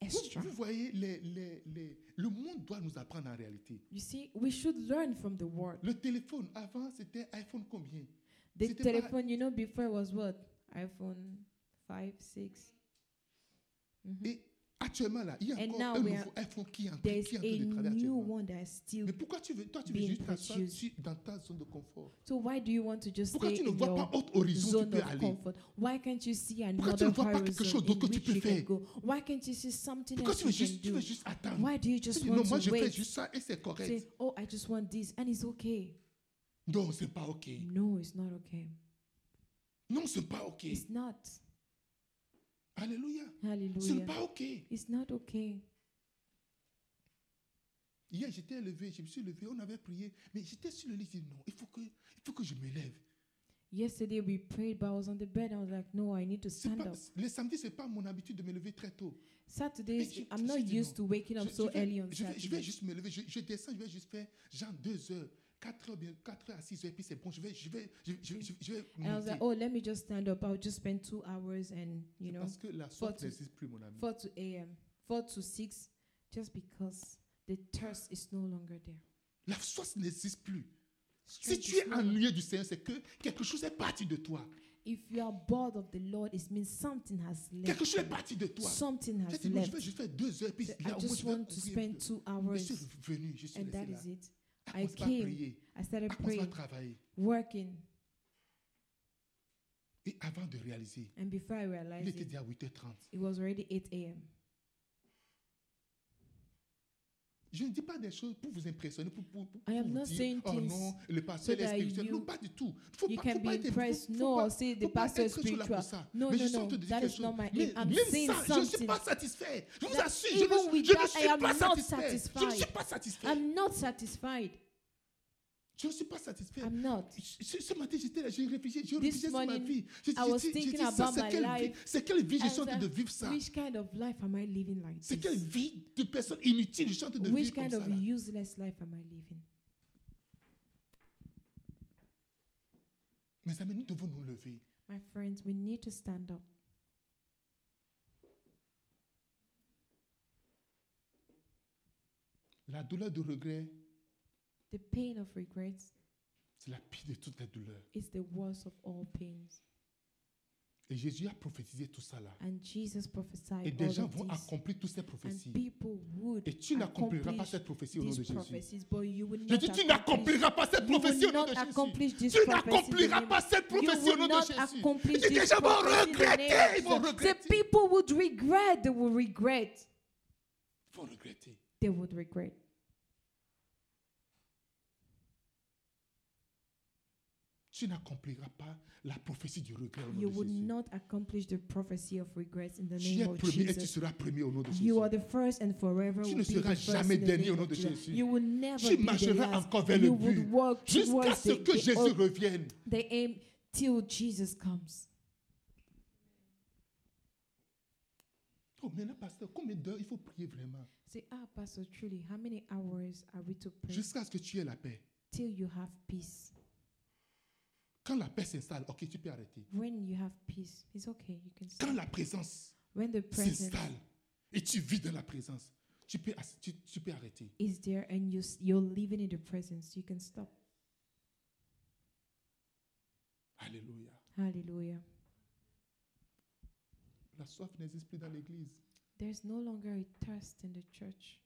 S1: Vous,
S2: extra.
S1: vous voyez, les, les, les- le monde doit nous apprendre en réalité.
S2: You see, we should learn from the word.
S1: Le téléphone, avant, c'était iPhone combien
S2: The
S1: C'était pas-
S2: telephone, you know, before was what? iPhone 5, 6. Mhm.
S1: Et actuellement, là, il y a
S2: And
S1: encore
S2: now
S1: un
S2: we are-
S1: nouveau iPhone qui est en, qui
S2: There's
S1: est en
S2: a
S1: train de travailler
S2: new
S1: actuellement.
S2: one that is still.
S1: Mais pourquoi tu veux, toi, tu veux
S2: being
S1: juste t'asseoir
S2: produced.
S1: tu- dans ta zone de confort
S2: So why do you want to just
S1: Pourquoi
S2: stay
S1: tu ne
S2: in
S1: vois
S2: your
S1: pas autre horizon où tu
S2: zone
S1: peux
S2: of
S1: aller
S2: comfort? Why can't you see
S1: Pourquoi tu ne
S2: another
S1: vois pas quelque
S2: horizon
S1: chose d'autre que
S2: in
S1: tu
S2: which
S1: peux
S2: you can
S1: faire?
S2: go? Why can't you see something
S1: Pourquoi
S2: else
S1: tu veux
S2: you
S1: juste, tu
S2: can
S1: veux
S2: do?
S1: juste attendre
S2: Why do you
S1: Tu
S2: just
S1: dis, non,
S2: want
S1: moi
S2: to
S1: je fais
S2: wait?
S1: juste ça et c'est
S2: Say,
S1: correct.
S2: oh, I just want this, and it's okay.
S1: Non, c'est pas ok.
S2: No, it's not okay.
S1: Non, c'est pas ok.
S2: It's not.
S1: Alléluia. C'est
S2: Hallelujah.
S1: pas ok.
S2: It's not okay.
S1: Hier, j'étais levé, je me suis levé, on avait prié, mais j'étais sur le lit, je dis non, il faut que, il faut que je me lève.
S2: Yesterday we prayed, but I was on the bed. I was like, no, I need to
S1: C'est
S2: stand
S1: pas,
S2: up.
S1: le samedi, c'est pas mon habitude de me lever très tôt. Mais
S2: Saturdays,
S1: j'ai-
S2: I'm not
S1: j'ai dit
S2: used to waking
S1: Je,
S2: up so
S1: je vais,
S2: early on
S1: je vais- je vais
S2: Saturday.
S1: juste me lever, je, je descends, je vais juste faire genre 2 heures, 4 heures, bien, 4 heures à 6 heures, puis c'est bon, je vais, je vais, je, je- je- je vais
S2: And I was
S1: monter.
S2: like, oh, let me just stand up. I'll just spend two hours and, you
S1: C'est
S2: know,
S1: parce que la soif
S2: to-
S1: n'existe plus, mon ami.
S2: 4 to a.m., 4 to 6, just because the thirst is no longer there.
S1: La soif n'existe plus. Si
S2: Strength
S1: tu
S2: is
S1: es
S2: no longer-
S1: ennuyé du Seigneur, c'est que quelque chose est parti de toi.
S2: If you are bored of the Lord, it means something has left.
S1: Quelque chose est
S2: you.
S1: parti de toi.
S2: Something
S1: Tu
S2: has
S1: dis, non, je
S2: left.
S1: vais juste faire deux heures, puis
S2: Say,
S1: là, au
S2: I
S1: moins,
S2: just
S1: je vais
S2: want to
S1: ouvrir
S2: spend
S1: le-
S2: two
S1: Je
S2: hours,
S1: suis venu, je suis
S2: and
S1: resté
S2: that
S1: là.
S2: is it.
S1: Ah,
S2: I
S1: commence pas à
S2: came.
S1: prier.
S2: I started
S1: Ah, commence pas à
S2: praying,
S1: travailler.
S2: working,
S1: Et avant de réaliser,
S2: and before I
S1: il
S2: realized
S1: était
S2: it,
S1: déjà 8h30.
S2: it was already 8 a.m.
S1: Je ne dis pas des choses pour vous impressionner, pour, pour, pour,
S2: I am
S1: pour vous
S2: not
S1: dire,
S2: saying
S1: oh
S2: things
S1: non, le pasteur
S2: so
S1: est
S2: that
S1: spirituel. Non,
S2: you-
S1: pas du tout. Faut
S2: You
S1: pas,
S2: can
S1: faut
S2: be
S1: pas être- faut-
S2: impressed.
S1: faut
S2: No,
S1: pas-
S2: I'll say the
S1: faut pas
S2: pastor is
S1: être sur la
S2: spiritual.
S1: pour ça.
S2: No,
S1: Mais
S2: no,
S1: je suis en
S2: no.
S1: train de dire
S2: That
S1: quelque
S2: is not
S1: chose.
S2: my
S1: Mais
S2: aim. I'm
S1: même
S2: saying
S1: ça, je ne suis
S2: something.
S1: pas satisfait. Je vous
S2: That
S1: assure, je ne,
S2: even with
S1: je ne
S2: that, I
S1: suis
S2: am
S1: pas
S2: not
S1: satisfait. Je ne suis
S2: satisfied.
S1: pas satisfait.
S2: I'm not satisfied.
S1: Je ne suis pas satisfait.
S2: I'm not.
S1: Ce, ce matin, j'étais là, j'ai réfléchi, j'ai
S2: This
S1: réfléchi sur ma
S2: morning,
S1: vie. J'ai
S2: I was
S1: j'ai dit, j'ai dit,
S2: thinking
S1: ça,
S2: about
S1: c'est
S2: my
S1: quelle vie,
S2: life.
S1: c'est quelle vie je
S2: And
S1: suis en train
S2: that-
S1: de vivre ça.
S2: Which kind of life am I living like
S1: C'est quelle
S2: this?
S1: vie de personne inutile je suis en train de
S2: Which
S1: vivre comme
S2: kind
S1: ça.
S2: of
S1: là.
S2: useless life am I living?
S1: Mes amis, nous devons nous lever.
S2: My friends, we need to stand up.
S1: La douleur de regret,
S2: The pain of regrets
S1: c'est la pire de toutes les douleurs.
S2: is the worst of all pains.
S1: Et Jésus a prophétisé tout ça là.
S2: And Jesus prophesied
S1: Et
S2: all
S1: des gens
S2: of
S1: vont
S2: this.
S1: accomplir toutes ces
S2: And
S1: prophéties.
S2: people would
S1: Et tu n'accompliras pas
S2: accomplish
S1: cette prophétie au nom de
S2: these
S1: Jésus.
S2: prophecies, but you will
S1: Je
S2: not
S1: dis, tu
S2: accomplish
S1: n'accompliras pas cette
S2: You
S1: prophétie au
S2: will
S1: nom de
S2: not
S1: Jésus.
S2: accomplish this
S1: Tu
S2: prophecy in the
S1: n'accompliras
S2: name
S1: pas cette
S2: You
S1: prophétie au nom
S2: will
S1: de
S2: not
S1: Jésus.
S2: accomplish
S1: Je dis, les
S2: this
S1: gens vont
S2: prophecy in the name
S1: regretter, ils vont
S2: of Jesus. The
S1: regretter.
S2: people would regret, they will regret.
S1: Ils vont regretter.
S2: They would regret.
S1: Tu n'accompliras pas la prophétie du regret au
S2: You
S1: nom de
S2: would
S1: Jésus.
S2: not accomplish the prophecy of regrets in the
S1: Tu es
S2: name of
S1: premier et tu
S2: Jesus.
S1: seras premier au nom de Jésus.
S2: You are the first and forever
S1: Tu
S2: will
S1: ne
S2: be the
S1: seras
S2: first
S1: jamais
S2: in the
S1: dernier
S2: name
S1: au nom
S2: of
S1: de
S2: Jesus.
S1: Jésus.
S2: You will never
S1: Tu
S2: be the
S1: marcheras
S2: last.
S1: encore vers le
S2: you
S1: but
S2: would walk
S1: Jusqu'à
S2: towards
S1: ce
S2: the,
S1: que
S2: the-
S1: Jésus
S2: oh,
S1: revienne.
S2: the aim till Jesus comes.
S1: Oh, maintenant, pasteur, combien d'heures il faut prier vraiment
S2: Say, ah, Pastor, truly, how many hours are we to pray
S1: Jusqu'à ce que tu aies la paix.
S2: till you have peace?
S1: Quand la paix s'installe, ok, tu peux arrêter.
S2: When you have peace, it's okay. You can
S1: Quand
S2: stop.
S1: la présence
S2: When the presence
S1: s'installe et tu vis dans la présence, tu peux, ass- tu, tu peux arrêter.
S2: is there and you s- you're living in the presence, you can stop.
S1: Alléluia.
S2: Hallelujah.
S1: La soif n'existe plus dans l'église.
S2: There's no longer a thirst in the church.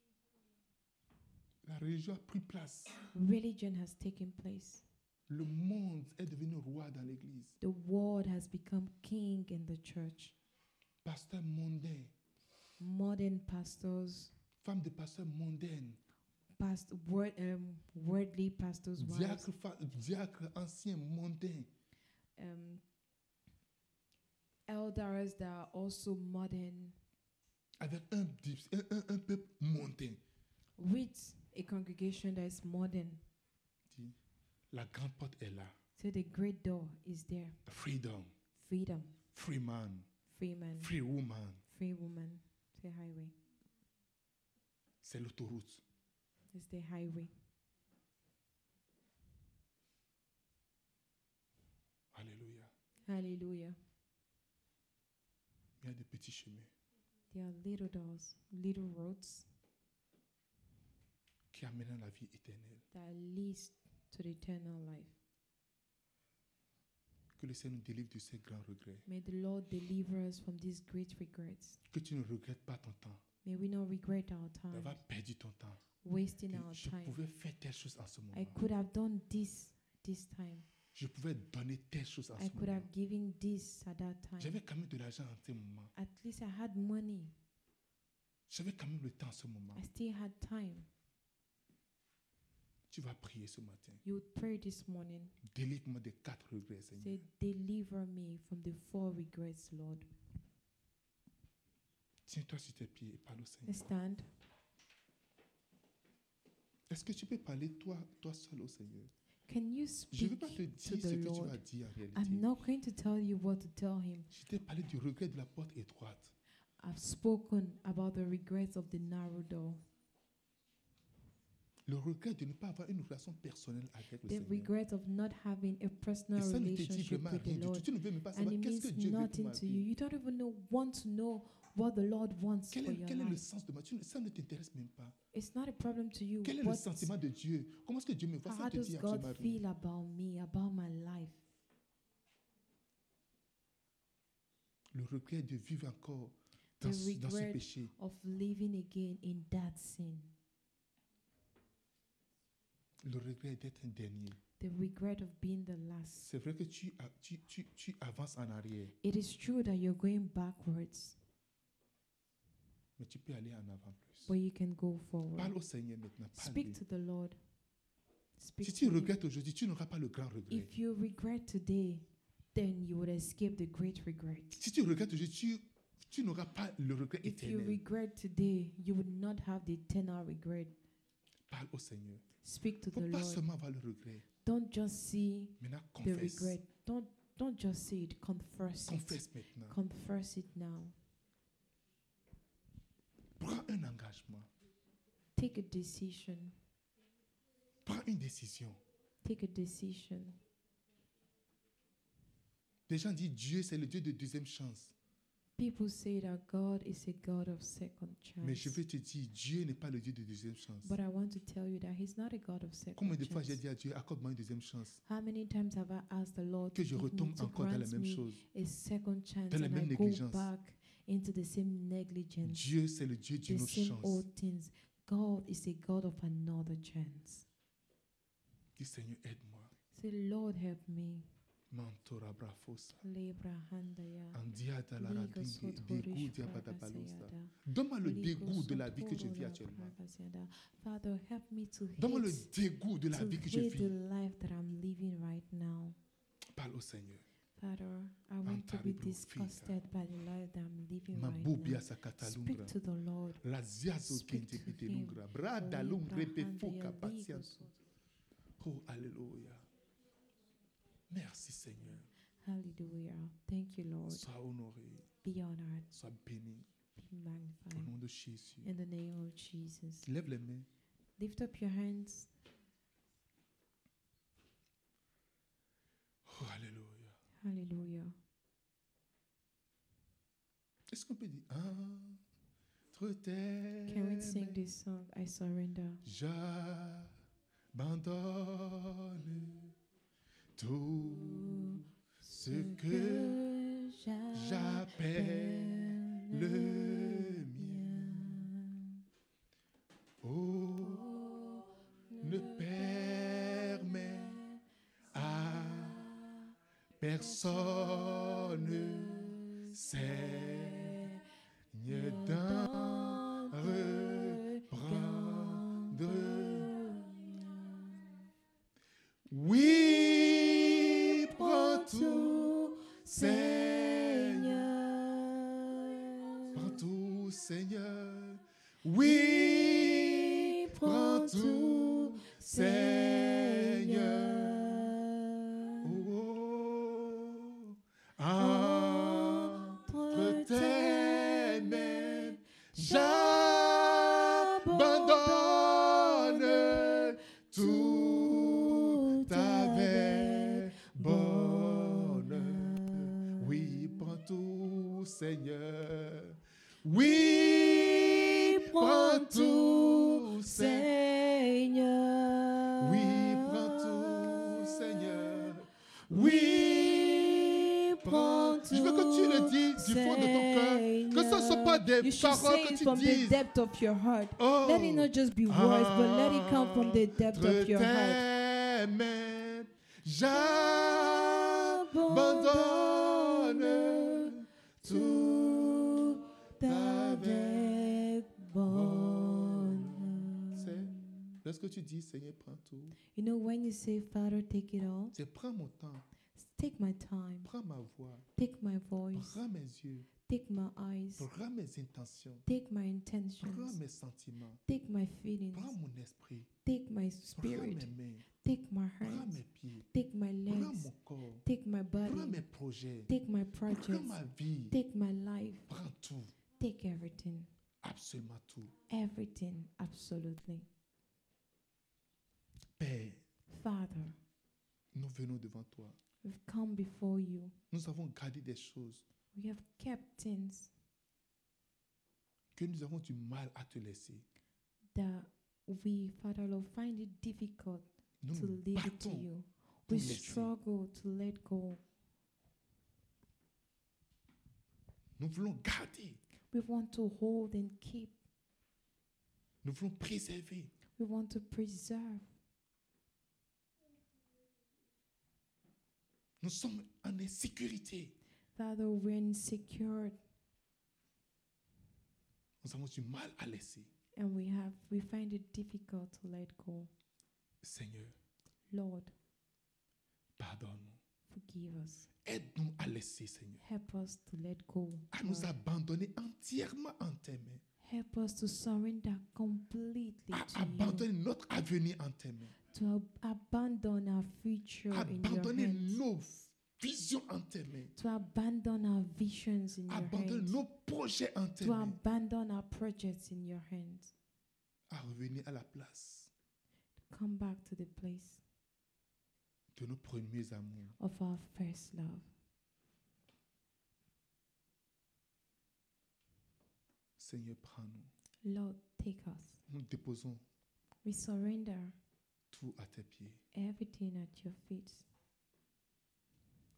S1: La religion a pris place.
S2: Religion has taken place.
S1: Le monde est devenu roi dans l'église.
S2: The world has become king in the church.
S1: Pasteur mondain,
S2: Modern pastors,
S1: femme de pasteur mondaine,
S2: past word, um, worldly pastors, wives,
S1: diacre, fa- diacre ancien mondain.
S2: um, elders that are also modern,
S1: avec un, dip- un, un- un peuple mondain.
S2: with a congregation that is modern.
S1: Dis, La grande porte est là.
S2: So the great door is there.
S1: Freedom,
S2: Freedom,
S1: free man,
S2: free man,
S1: free woman.
S2: free woman. Say highway.
S1: C'est l'autoroute.
S2: It's the highway.
S1: Alléluia.
S2: Hallelujah.
S1: Il y a des petits chemins
S2: There are little doors, little roads
S1: qui amènent à la vie éternelle.
S2: that leads to the eternal life.
S1: Que le Seigneur nous délivre de ces grands regrets.
S2: May the Lord deliver us from these great regrets.
S1: Que tu ne regrettes pas ton temps,
S2: May we not regret our time,
S1: d'avoir perdu ton temps.
S2: wasting
S1: Que
S2: our
S1: je
S2: time.
S1: pouvais faire telle chose en ce moment.
S2: I could have done this this time.
S1: Je pouvais donner telle chose en
S2: I
S1: ce
S2: could
S1: moment.
S2: have given this at that time.
S1: J'avais quand même de l'argent en ce moment.
S2: At least I had money.
S1: J'avais quand même le temps en ce moment.
S2: I still had time.
S1: Tu vas prier ce matin.
S2: You would pray this morning.
S1: Délivre-moi des quatre regrets, Seigneur.
S2: Say, deliver me from the four regrets, Lord.
S1: Tiens-toi sur tes pieds et parle au Seigneur.
S2: Let's stand.
S1: Est-ce que tu peux parler toi, toi seul au Seigneur
S2: Can
S1: Je ne
S2: you speak
S1: veux pas te
S2: to
S1: dire ce
S2: the
S1: que tu
S2: Lord?
S1: vas dire en réalité.
S2: I'm not going to tell you what to tell him.
S1: Je t'ai parlé du regret de la porte étroite.
S2: I've spoken about the regrets of the narrow door,
S1: Oh, Le regret de ne pas avoir une relation personnelle avec le
S2: the
S1: Seigneur.
S2: regret of not having a
S1: Et
S2: personal
S1: ça ne te dit
S2: relationship
S1: vraiment
S2: with
S1: rien
S2: the
S1: du tout.
S2: Lord.
S1: Tu ne veux même pas
S2: And
S1: savoir
S2: it
S1: qu'est-ce
S2: means
S1: que Dieu veut pour ma
S2: nothing to you.
S1: vie.
S2: You don't even know, want to know what the Lord wants
S1: Quel
S2: for
S1: est,
S2: your
S1: quel est le
S2: life.
S1: sens de ma vie Ça ne t'intéresse même pas.
S2: It's not a problem to you.
S1: Quel est le
S2: What,
S1: sentiment de Dieu Comment est-ce que Dieu me voit Ça
S2: how
S1: ne te
S2: does
S1: dit
S2: God
S1: absolument rien.
S2: feel about me, about my life?
S1: le regret de vivre encore
S2: The
S1: dans, ce- dans ce
S2: regret.
S1: péché.
S2: of living again in that sin,
S1: Le regret d'être un dernier.
S2: the regret of being the last.
S1: C'est vrai que tu, a- tu, tu, tu avances en arrière,
S2: It is true that you're going backwards,
S1: mais tu peux aller en avant plus.
S2: but you can go
S1: Parle
S2: forward.
S1: au Seigneur maintenant. Parle
S2: Speak to the Lord. Speak
S1: Si
S2: to
S1: tu
S2: him.
S1: regrettes aujourd'hui, tu n'auras pas le grand regret.
S2: If you regret today, then you would escape the great regret.
S1: Si tu regrettes aujourd'hui, tu, tu n'auras pas le regret
S2: If you
S1: éternel.
S2: regret today, you would not have the eternal regret.
S1: Parle au Seigneur.
S2: Speak to
S1: Il
S2: the
S1: ne faut pas
S2: Lord.
S1: seulement avoir le regret.
S2: Don't just see
S1: Maintenant,
S2: the
S1: confesse.
S2: regret. Don't don't just see it. Confess it.
S1: Confesse maintenant.
S2: Confess it now.
S1: Prends un engagement.
S2: Take a decision.
S1: Prends une décision.
S2: Take a decision.
S1: Des gens disent Dieu, c'est le Dieu de deuxième chance.
S2: People say that God is a God of second
S1: Mais je
S2: chance.
S1: veux te dire, Dieu n'est pas le Dieu de deuxième chance.
S2: But I want to tell you that He's not a God of
S1: Combien
S2: second
S1: de fois j'ai
S2: chance.
S1: dit à Dieu, accorde-moi une deuxième chance,
S2: How many times have I asked the Lord
S1: que
S2: to,
S1: je
S2: give me,
S1: retombe
S2: to
S1: encore dans la
S2: grant
S1: même
S2: me
S1: chose.
S2: a second chance
S1: la
S2: and I
S1: même
S2: go
S1: négligence.
S2: back into the same negligence,
S1: Dieu, c'est le Dieu d'une
S2: the
S1: autre
S2: same
S1: chance.
S2: old things? God is a God of another chance.
S1: Dis Seigneur, aide-moi.
S2: Say, Lord, help me.
S1: Mentora brafosa.
S2: Lebra handaya,
S1: Andiata la
S2: liga
S1: radingue,
S2: sotorish
S1: dégoût, abadabalosa.
S2: prakasayada,
S1: Donne-moi le
S2: liga
S1: dégoût de la vie que je vis
S2: sotora
S1: actuellement.
S2: prakasayada. Father, help me to
S1: Donne-moi le
S2: hate
S1: dégoût de la
S2: to
S1: vie que je
S2: hate the
S1: vis.
S2: life that I'm living right now.
S1: Parle au Seigneur.
S2: Father, I want to be
S1: Antaribro fika.
S2: disgusted by the life that I'm living
S1: Ma
S2: right now.
S1: boubia sa
S2: Speak
S1: katalungra.
S2: to the Lord.
S1: La ziazo
S2: Speak
S1: kente
S2: to
S1: pite
S2: him.
S1: lungra. Brada lungre befoka patiento. Oh, alléluia. Merci Seigneur.
S2: Hallelujah. Thank you, Lord.
S1: Sois honoré,
S2: Be honored.
S1: sois béni.
S2: Be
S1: Au
S2: magnified.
S1: nom de Jésus.
S2: In the name of Jesus.
S1: Lève les mains.
S2: Lift up your hands.
S1: Oh, alléluia.
S2: Hallelujah.
S1: Est-ce qu'on peut dire entre tes
S2: Can we sing
S1: mains,
S2: this song? I surrender.
S1: J'abandonne tout ce que
S2: que j'appelle
S1: j'appelle le
S2: mien.
S1: oh, ne permet à personne, Seigneur, d'en reprendre. Oui, prends tout, Seigneur. Prends tout, Seigneur. Oui, prends tout, Seigneur. Oh, oh. entre tes mains, j'abandonne tout avec bonheur. Oui, prends tout, Seigneur. Oui, prends tout, Seigneur.
S2: Seigneur.
S1: Oui, prends tout, Seigneur. Oui, prends tout. Je veux que tu le dises du fond de ton cœur. Que ce ne sont pas des
S2: You should
S1: paroles
S2: say
S1: que
S2: it
S1: tu
S2: from the
S1: dises.
S2: depth of your heart.
S1: Oh, Ah.
S2: Let it not just be words, but let it come from the depth of your heart.
S1: Entre tes mains, J'abandonne tout.
S2: avec
S1: C'est
S2: bonheur.
S1: lorsque tu dis Seigneur, prends tout.
S2: You know, when you say, Father, take it all,
S1: C'est prends mon temps,
S2: take my time,
S1: prends ma voix,
S2: take my voice,
S1: prends mes yeux,
S2: take my eyes,
S1: prends mes intentions,
S2: take my
S1: prends
S2: intentions,
S1: mes sentiments,
S2: take my feelings,
S1: prends mon esprit,
S2: take my
S1: prends mes
S2: spirit,
S1: mains,
S2: take my
S1: prends
S2: hands,
S1: mes pieds,
S2: take my
S1: prends
S2: legs,
S1: mon corps,
S2: take my
S1: prends mes
S2: body,
S1: projets,
S2: take my
S1: prends
S2: projects,
S1: ma vie,
S2: take my life,
S1: prends tout,
S2: take everything,
S1: absolument tout.
S2: everything, absolutely.
S1: Père,
S2: Father,
S1: nous venons devant toi.
S2: we've come before you.
S1: Nous avons gardé des choses
S2: We have kept things
S1: que nous avons du mal à te laisser.
S2: that we, Father Lord, find it difficult
S1: Nous
S2: to
S1: nous
S2: leave it to
S1: battons
S2: you.
S1: pour
S2: We
S1: laisser.
S2: struggle to let go.
S1: Nous voulons garder,
S2: We want to hold and keep.
S1: nous voulons préserver.
S2: We want to preserve.
S1: Nous sommes en insécurité.
S2: That though we're insecure
S1: Nous avons du mal à laisser.
S2: and we have we find it difficult to let go.
S1: Seigneur,
S2: Lord,
S1: pardonne-nous.
S2: forgive us.
S1: Aide-nous à laisser, Seigneur.
S2: Help us to let go.
S1: À nous
S2: Lord.
S1: abandonner entièrement en tes mains.
S2: Help us to surrender completely
S1: À
S2: to you.
S1: abandonner notre avenir en tes mains.
S2: To ab- abandon our future in your
S1: Abandonner
S2: hands.
S1: nos visions en tes mains.
S2: To abandon our visions in your
S1: Abandonner
S2: hands.
S1: nos projets en tes
S2: To
S1: mains.
S2: abandon our projects in your hands.
S1: À revenir à la place
S2: Come back to the place
S1: de nos premiers amours.
S2: of our first love.
S1: Seigneur, prends-nous.
S2: Lord, take us.
S1: Nous déposons
S2: We surrender
S1: tout à tes pieds.
S2: everything at your feet.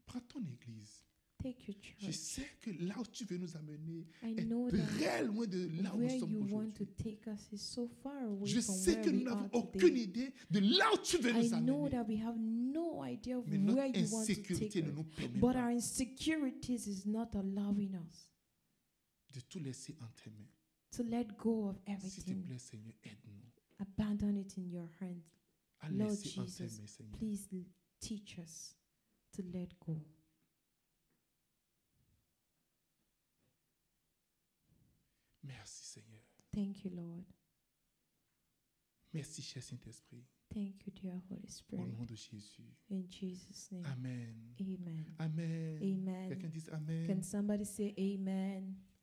S1: Prends ton église.
S2: Take your
S1: Je
S2: church.
S1: sais que là où tu veux nous amener
S2: I
S1: est
S2: know that
S1: très loin de là où
S2: where
S1: nous sommes
S2: you want to
S1: aujourd'hui.
S2: take us is so far away
S1: Je
S2: from
S1: sais
S2: where
S1: que nous
S2: we
S1: n'avons
S2: are
S1: aucune
S2: today.
S1: idée de là où tu veux
S2: I
S1: nous
S2: know
S1: amener.
S2: that we have no idea of
S1: Mais
S2: where
S1: notre
S2: you want to take
S1: insécurité ne
S2: us.
S1: nous permet
S2: But
S1: pas
S2: our insecurities is not allowing us
S1: de tout laisser en tes mains.
S2: to let go of
S1: S'il te
S2: everything.
S1: plaît, Seigneur, aide-nous
S2: Abandon it in your hands.
S1: à
S2: Lord
S1: laisser en tes
S2: Jesus,
S1: mains, Seigneur.
S2: Please l- teach us to let go.
S1: Merci, Seigneur.
S2: Thank you, Lord.
S1: Merci, cher Saint-Esprit.
S2: Thank you, dear Holy
S1: Au
S2: Spirit.
S1: nom de Jésus.
S2: In Jesus' name.
S1: Amen.
S2: Amen.
S1: Amen.
S2: Amen.
S1: Quelqu'un dit
S2: Can
S1: Amen.
S2: somebody say amen?